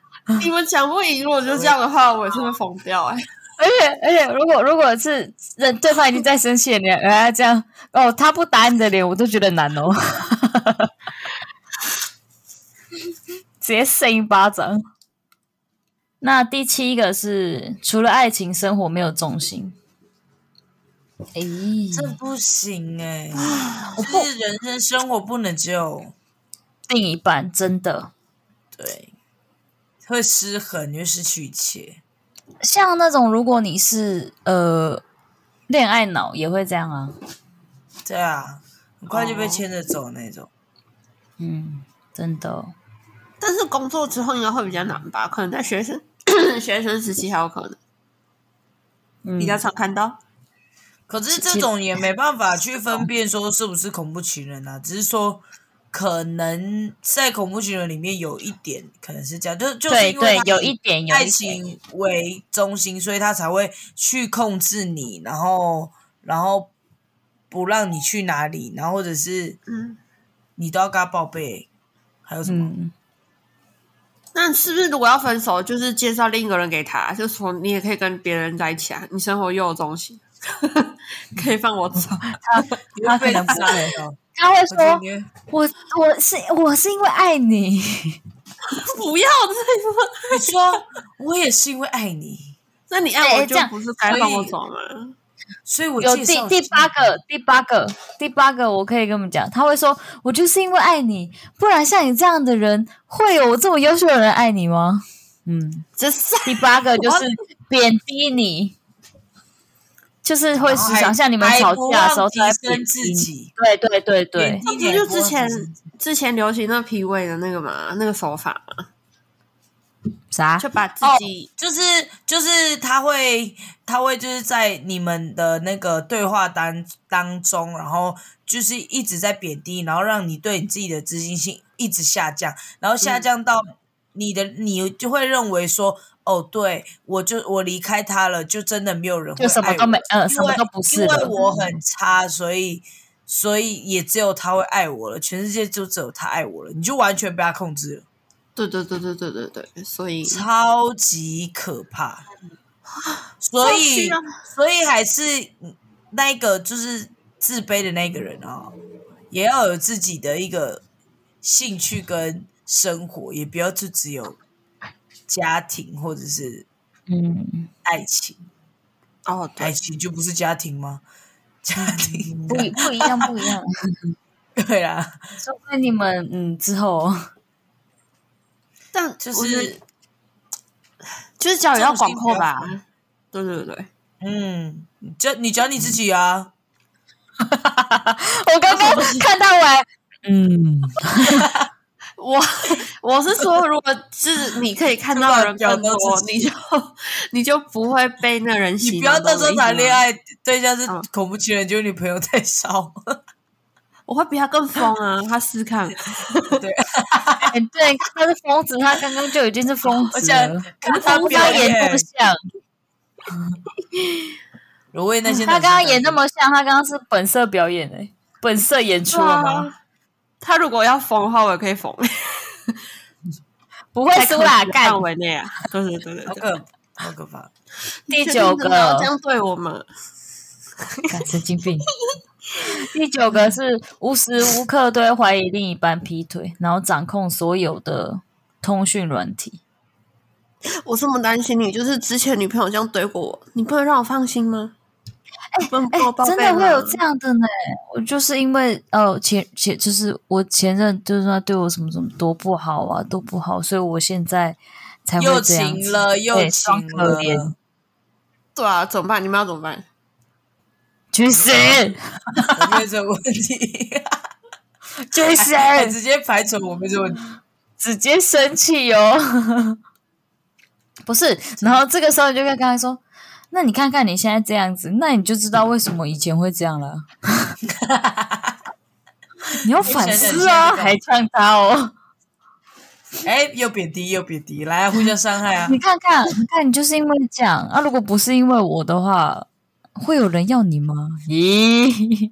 你们讲不赢，如果就这样的话，我也是会疯掉哎、
而且而且，如果如果是人对方已经在生气了，你还要这样哦，他不打你的脸，我都觉得难哦。 直接扇一巴掌。那第七个是除了爱情，生活没有重心。哎、
这不行哎、
啊
就是人生生活不能只有
另一半真的
对，会失衡，你会失去一切。
像那种，如果你是呃恋爱脑，也会这样啊。
对啊，很快就被
哦
牵着走那种。
嗯，真的。
但是工作之后应该会比较难吧？可能在学生 学生时期还有可能
嗯
比较常看到。
可是
其哦
这种也没办法去分辨说是不是恐怖情人啊，只是说可能在恐怖情人里面有一点可能是这样，就就是
对
因为
对
他，
有
以
一点有一
爱
点
情为中心，所以他才会去控制你，然后然后不让你去哪里，然后或者是
嗯，
你都要跟他报备，还有什么？
嗯，
那是不是如果要分手，就是介绍另一个人给他，就说你也可以跟别人在一起啊，你生活又有重心， 可以放我走。
你
他
会被
可能不
杀了，
他会
我觉得
说
你会
我我是我是因为爱你，
不要这样，
你说我也是因为爱你，
那你爱
哎
我
这
就
样
不是该放我
所以
走吗？
所以我
有
介
第
绍
第
你
八个第八个第八个，我可以跟你们讲，他会说我就是因为爱你，不然像你这样的人，会有我这么优秀的人爱你吗？嗯，
这是
第八 个就是贬低你，就是会时
然后
常
还
像你们吵架的时候
还不
才
忘提升自。己，
对对对对
贬，低
不
你
就
还不
之
忘
前
提升自己
之前流行那皮尾的那个嘛，那个手法嘛，
啥？
就把自己、
就是就是他会他会就是在你们的那个对话当当中，然后就是一直在贬低，然后让你对你自己的自信心一直下降，然后
嗯
下降到你的、你就会认为说。哦，对，我就我离开他了，就真的没有人会
就什么
爱
都
我
没，呃，
因
什么
为
都不是
因为
了。
我很差，所以所以也只有他会爱我了，全世界就只有他爱我了，你就完全被他控制了，
对对对对对对对，所以
超级可怕。所以
需要
所以还是那个就是自卑的那个人啊、也要有自己的一个兴趣跟生活，也不要就只有家庭或者是
嗯，
爱情，
哦
爱
对，
情就不是家庭 吗？家庭
不一不一样，不一 样。
对啊啦。
说不定你们嗯之 后，
但
就
我觉得
是
就是交友要广阔吧
重心不要。
对对对，
嗯，你教你教你自己
嗯
啊，
我刚 刚看到完，嗯，
我我是说，如果就是你可以看到的人更
就把
多
脚，
你就你就不会被那人洗
你
脑。
不要到时候
懂我意思吗
谈恋，爱对象是
嗯
恐怖情人，就是你朋友太少，
我会比他更疯啊！他试 看，
哎对，他是疯子，他刚刚就已经是啊疯
而
子
且
了，他
看他
刚
表
刚演那
演
么，像，
我为那些
他刚刚演那
的
么像，他刚刚是本色表演哎、本色演出了吗？
啊他如果要疯的话，我也可以疯。
不会输啦，干
范围内啊！对对对对
好
对。
可好可怕，
第九
你确定真的
个
要哦这样对我吗？
干神经病。第九个是无时无刻都会怀疑另一半劈腿，然后掌控所有的通讯软体。
我这么担心你，就是之前女朋友这样对过我，你不能让我放心吗？哎、
哎、真的会有这样的呢？我就是因为呃前前就是我前任就是说他对我什么什么多不好啊，多不好，所以我现在才会
又
这样
情
子
了又
对
情
装可怜
了，
对啊，怎么办？你们要怎么办？
去死，
我没有这个问 题，
去 死，
还直接排除我没这个问题，
直接生气哦。 不是，然后这个时候你就跟刚才说，那你看看你现在这样子，那你就知道为什么以前会这样了。 你要反思啊，
你想想现在这种
还呛他哦！
哎，又贬低又贬低，来啊互相伤害啊！
你看看，你看你就是因为这样啊，如果不是因为我的话，会有人要你吗？ 咦，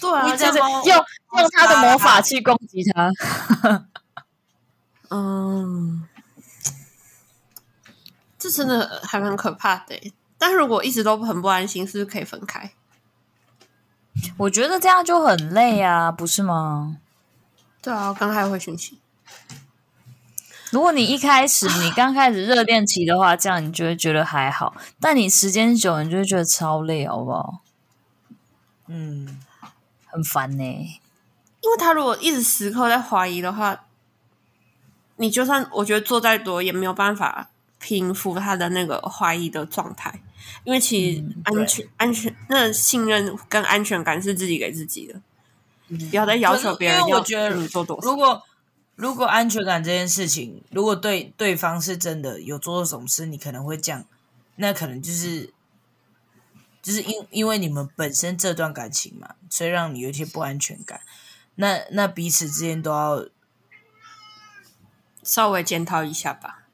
对啊，
这样
子
吗
用用他的魔法去攻击他，
嗯，这真的还蛮可怕的耶。但如果一直都很不安心，是不是可以分开？
我觉得这样就很累啊，不是吗？
对啊，我刚开会讯息，
如果你一开始你刚开始热恋期的话，这样你就会觉得还好，但你时间久了，你就会觉得超累，好不好？
嗯，
很烦呢、
因为他如果一直时刻在怀疑的话，你就算我觉得做再多，也没有办法平复他的那个怀疑的状态，因为其实
嗯对
安全、安全那信任跟安全感是自己给自己的，
嗯
不要再要求别人
可是因为
要
我觉得
你做多少
如。果如果安全感这件事情，如果对对方是真的有做错什么事，你可能会这样，那可能就是就是因因为你们本身这段感情嘛，所以让你有一些不安全感。那那彼此之间都要
稍微检讨一下吧。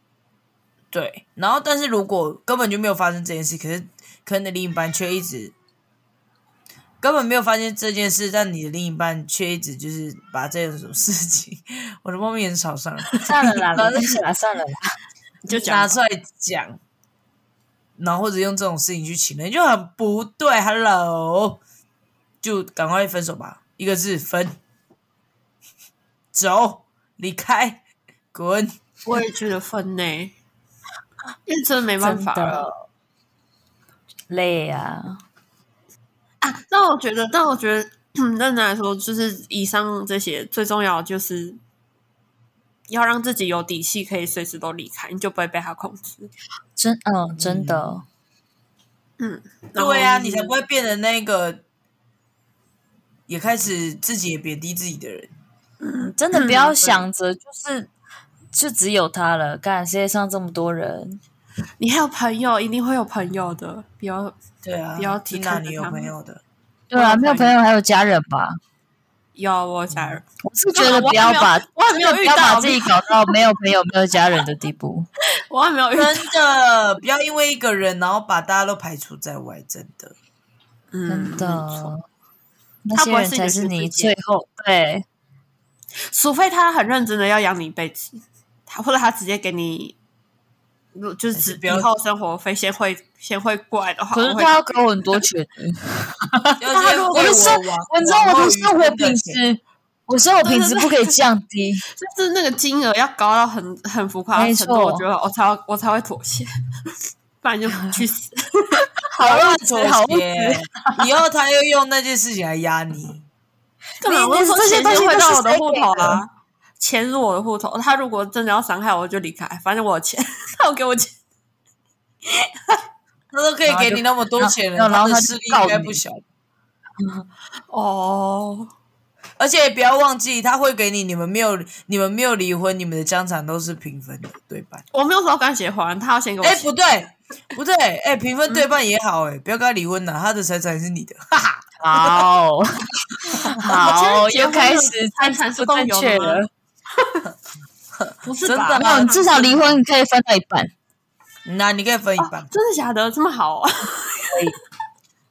对，然后但是如果根本就没有发生这件事，可是可能你的另一半却一直根本没有发现这件事，但你的另一半却一直就是把这种事情， 我的梦魇很少上来，
算 了啦，没关系啦，算了啦。
就讲吧
拿出来讲，然后或者用这种事情去请人，就很不对。Hello，就赶快分手吧，一个字分，走，离开，滚。
我也觉得分呢、因为真的没办法啊
真
了
的累啊！
啊。那我觉得，但我觉得，嗯认真来说，就是以上这些最重要，就是要让自己有底气，可以随时都离开，你就不会被他控制。
真嗯，真的，
嗯，然后
对啊
啊
呀、你才不会变成那个也开始自己也贬低自己的人。
你真的不要想着就是就只有他了。干世界上这么多人，
你还有朋友，一定会有朋友的。不要
对啊，
不要只
听到
看着
你有
他们
朋友的，
对啊，没有朋友还有家人吧？
要我家人，
我嗯是觉得不要把，
我还没有
不
遇
要把
到
自己搞到没有朋友、没有家人的地步。
我还没有遇到
真，的不要因为一个人，然后把大家都排除在外，真 的。
嗯
真
没错
的，那
他
些
不会
人
是
才
你
是
的
你
世界
最后对
除非他很认真的要养你一辈子，他或者他直接给你，如就是
还是
只
不要
以后生活费先汇先汇过来的话，
可是
我会
他要给我很多钱，
要先
如
我
为
的生，
我
我知道我的生活品，
往后余生的钱
质，我生活品质不可以降低。
就是那个金额要高到很很浮夸的
没
程度，
错
我觉得我才会我才会妥协， 不然就去 死。
不要 乱
好物质好物
妥协。以后他又用那件事情来压你，
干嘛？啊我
你
就说
这些
钱
东西
先汇
都是
到我的
谁
户
给
头
的
啊，钱入我的户头。他如果真的要伤害我，我就离开，反正我有钱， 他有给我钱。
他都可以给你那么多钱了，
然后就
的势力应该不小。
哦，
而且也不要忘记，他会给你，你们没有，你们没有离婚，你们的家产都是平分的，对吧？
我没有说要跟他结婚，他要先给我
哎、
钱。
不对，不对，哎、平分对半也好、哎、不要跟他离婚了，他的财产是你的， 哈哈。
好， 好，
结婚
又开始
财产是
不
共
正
有
确
的吗啊
了。
不是
真的
吧？
没有，你至少离婚可以分到一半。
那你可以分一
啊
半，
真的假的？这么好啊？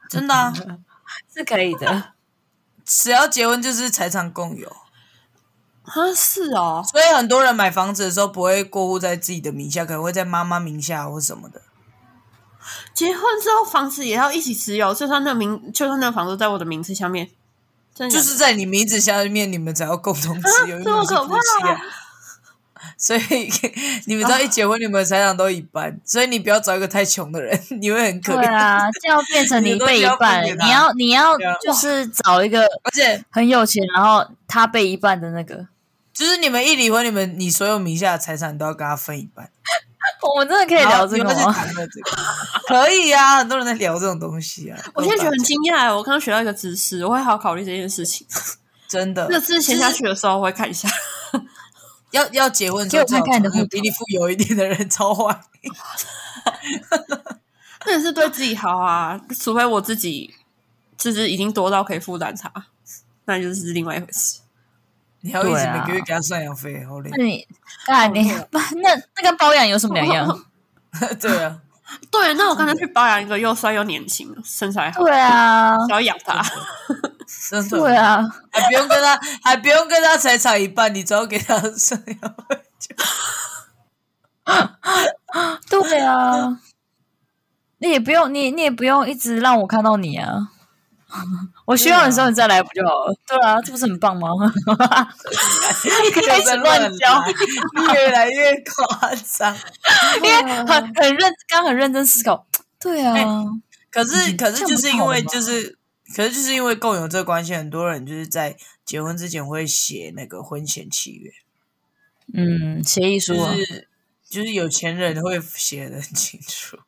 真的、啊，
是可以的，
只要结婚就是财产共有。
啊，是哦，
所以很多人买房子的时候不会过户在自己的名下，可能会在妈妈名下或什么的。
结婚之后房子也要一起持有，就算那名，就算那房子在我的名字下面，真的
就
假的
是在你名字下面，你们才要共
啊
同持有，因为你们是
这么
夫
可
妻
怕
啊。 所以你
啊
们只要一结婚，你们的财产都一半，所以你不要找一个太穷的人，你会很可
对
怜。
啊，这样变成你背一半，
你的东 西
你
要
要你要
对啊
就是找一个
而且
很有钱，然后他背一半的那个。
就是你们一离婚，你们你所有名下的财产都要跟他分一半。
我们真的可以
然
聊
后
这个哦
有人在
吗？
谈论这个，可以啊，很多人在聊这种东西啊。
我现在觉得很
都打
惊讶，我刚刚学到一个知 识，我会好好考虑这件事情。
真的，
这次闲下去的时候我会看一下。
要要结婚的时
给
候
我看看你的
最
户头
好找那个比你富有一点的人超坏。
那也是对自己好啊， 除非我自己就是已经多到可以负担它，那就是另外一回事。
你还要一
对
直
啊
每个月给他赡养费，好累。
那你，那你，那那跟包养有什么两 样？
对啊，
对，那我刚才去保养一个又帅又年轻，身材好，
对啊，
想要养它。
真的。
对啊，
还不用跟他，还不用跟他才差一半，你只要给他赡养费就。
对啊。你也不用，你你也不用一直让我看到你啊。我需要的时候你再来不就好了？对啊，这不是很棒 吗？开始乱教，
越来越夸张。
因为很很认，刚很认真思考。对啊，
哎可是，可
这
是
样
就是
不
因
好了
为
吗
就是，可是就是因为共有这个关系，很多人就是在结婚之前会写那个婚前契约，
嗯，协议书
就
啊，
是就是有钱人会写的很清 楚，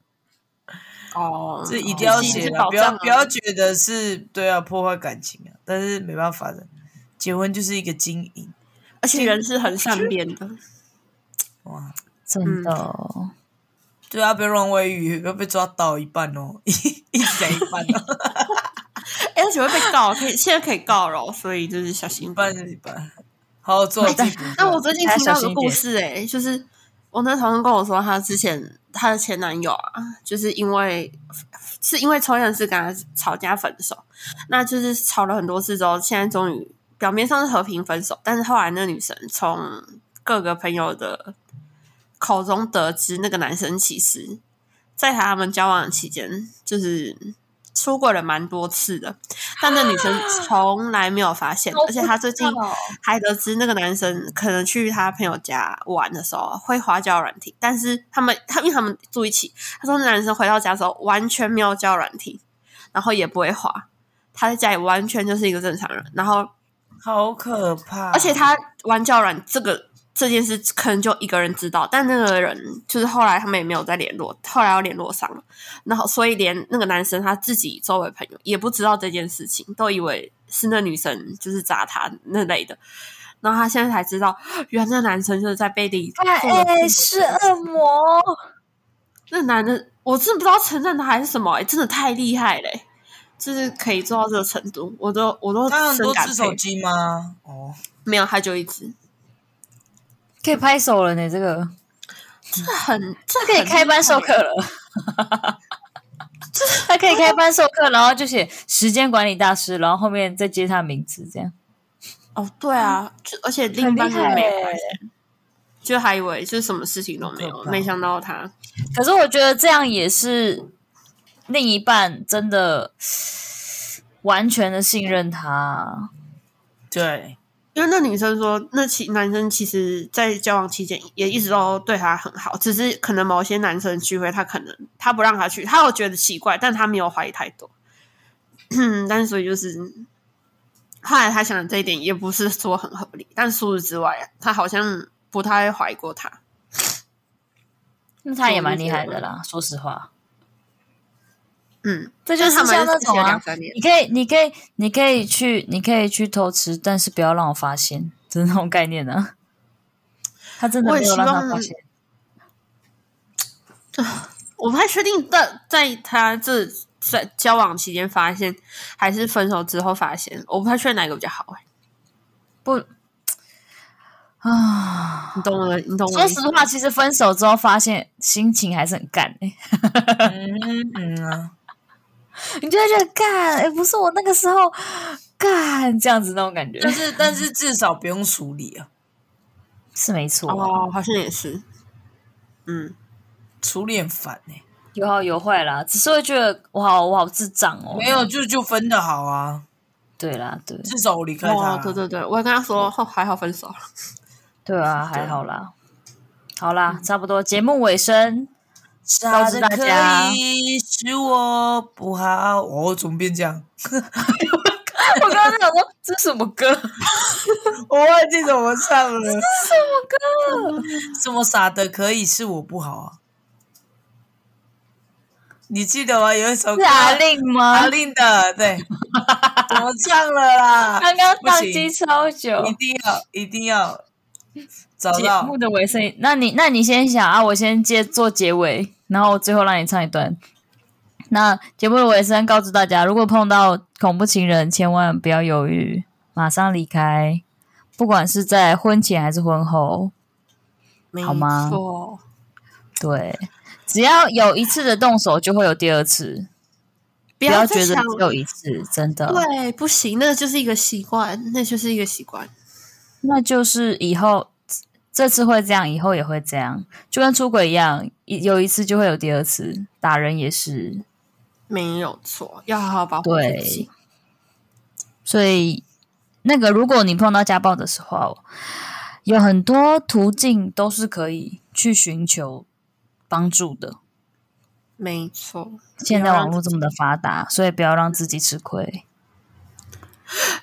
哦，
这一定要
自己
写
去
的，
保
不要
障啊
不要觉得是对啊破坏感情啊，但是没办法的，结婚就是一个经营
而且人是很善变的，
哇。
嗯
真的哦。
对啊，不要乱喂鱼，要被抓到一半哦， 一一人一半哦，
哎， 而且会被告，可以现在可以告了哦，所以就是小心
一
吧。
半一半，好好做自己。
哎那我最近听到一个故
还
事、哎，就是我那同事跟我说，她之前她的前男友啊，就是因为是因为抽烟是跟她吵架分手，那就是吵了很多次之后，现在终于表面上是和平分手，但是后来那女生从各个朋友的口中得知，那个男生其实在他们交往期间，就是出轨了蛮多次的，但那女生从来没有发现，而且她最近还得知那个男生可能去他朋友家玩的时候会滑交友软体，但是他们他因为他们住一起，他说那男生回到家的时候完全没有交友软体，然后也不会滑，他在家里完全就是一个正常人，然后
好可怕！
而且
嗯
他玩教软这个这件事，可能就一个人知道，但那个人就是后来他们也没有再联络，后来又联络上了，然后所以连那个男生他自己周围朋友也不知道这件事情，都以为是那女生就是砸他那类的，然后他现在才知道，原来那男生就是在背地里做了这么
哎、
多事
是恶魔，
那男的，我真的不知道承认他还是什么、欸，真的太厉害嘞、就是可以做到这个程度，我都我都
他很
深
多
感
只
佩
手
服。
机吗？哦，
没有，他就一直，
可以拍手了呢。这个
这很这
他可以
很欸
开班授课了， 他可以开班授课，然后就写时间管理大师，然后后面再接他名字，这样
哦，对啊，就而且
嗯
另
很
一
厉
半就
害
没
欸
发现，就还以为就是什么事情都没
好
有，
啊
可怕
没想到他
可是我觉得这样也是另一半真的完全的信任他，
对，
因为那女生说，那其男生其实，在交往期间也一直都对她很好，只是可能某些男生聚会，他可能他不让他去，他有觉得奇怪，但他没有怀疑太多。 但是所以就是，后来他想的这一点也不是说很合理，但除此之外，啊他好像不太怀疑过他。
那他也蛮厉害的啦。说实话，
嗯，
这就
但
是
他们
像那
就
种
是
啊
两，三年，
你可以，你可以，你可以去，你可以去偷吃，但是不要让我发现，就是那种概念呢、啊。他真的
我也
没有让
希
他
望
发现，
我不太确定在在他这在交往期间发现，还是分手之后发现，我不太确定哪一个比较好、欸。
不啊。
你懂我的，你懂我的
说
意
实
思。
话，其实分手之后发现心情还是很干、欸，
嗯嗯啊，
你就会觉得干，哎、不是我那个时候干这样子那种感觉，
但是但是至少不用处理啊，
是没错、啊
哦，好像也是。嗯，
处理很烦欸呢。
有好有坏啦，只是会觉得我好我好智障哦、
没有，就就分的好啊，
对啦，对
至少我离开
哦
他，。
对对对，我也跟他说，哦，还好分手了。
对啊，还好啦，好
嗯
啦，差不多节目尾声，
傻的
告诉大家
可以是我不好，哦，怎么变这样？
我刚刚在想说这是什么歌，
我忘记怎么唱了。这是什么歌？ 什么傻的可以是我不好啊？你记得吗？有一首
是
歌
阿令吗
阿？令 的，对，怎么唱了啦？
刚刚
不
宕
行
机超久
一，定要，一定要。找
节
到
目的尾声，那你那你先想啊，我先接做结尾，然后最后让你唱一段。那节目的尾声，告知大家，如果碰到恐怖情人，千万不要犹豫，马上离开，不管是在婚前还是婚后，好吗
没错，
对，只要有一次的动手，就会有第二次，不
不
要
再
觉得
想
只有一次，真的，
对，不行，那就是一个习惯，那就是一个习惯。
那就是以后这次会这样，以后也会这样，就跟出轨一样，一有一次就会有第二次，打人也是。
没有错，要好好保护
对
自己。
所以，那个如果你碰到家暴的时候，有很多途径都是可以去寻求帮助的。
没错，
现在网络这么的发达，所以不要让自己吃亏。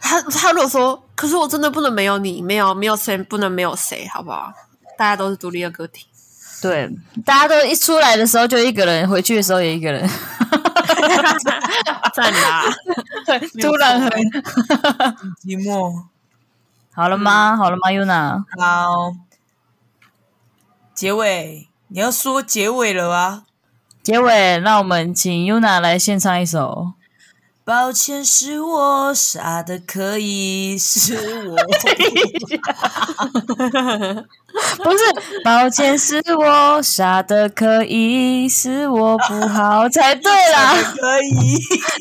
他他如果说，可是我真的不能没有你，没有没有谁不能没有谁，好不好？大家都是独立的个体，
对，大家都一出来的时候就一个人，回去的时候也一个人，
赞啦！没有
突然
错
很
寂寞。
好了吗？好了吗，Yuna？
好，结尾你要说结尾了啊！
结尾，让我们请 Yuna 来献唱一首。
抱歉，是我傻的可以，是我
不是，抱歉，是我傻的可以，是我不好才对啦。
傻得可以。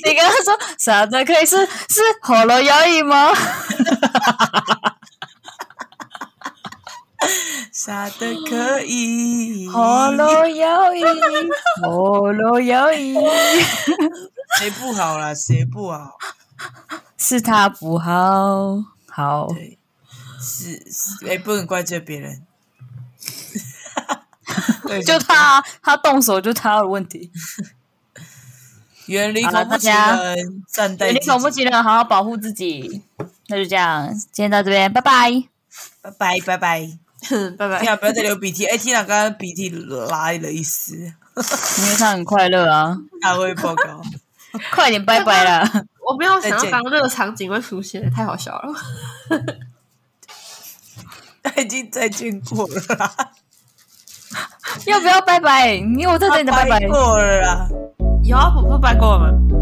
你刚刚说傻的可以是是火了摇椅吗？
傻的可以，
火了摇椅，火了摇椅，
谁不好啦？谁不好？
是他不好。好，
对，是是，哎、不能怪罪别人。 对，
就他啊，他动手就他的问题。
远离
好了
恐怖
大
情
家
人，善
对
待自
你
己
恐怖情人，好好保护自己。那就这样，今天到这边，拜拜。
拜拜拜拜，
哼 拜拜
天。啊，不要再流鼻涕！哎、天啊，刚刚鼻涕拉了一丝，
因为他很快乐啊，
大会报告。
快点拜拜啦！
我没有想
再
到
见
刚刚那个场景会出现，太好笑了。
他已经再见 过了啦，
要不要拜拜？因为我在等你的拜拜
拜。过了啦。
有啊，婆婆拜过我们，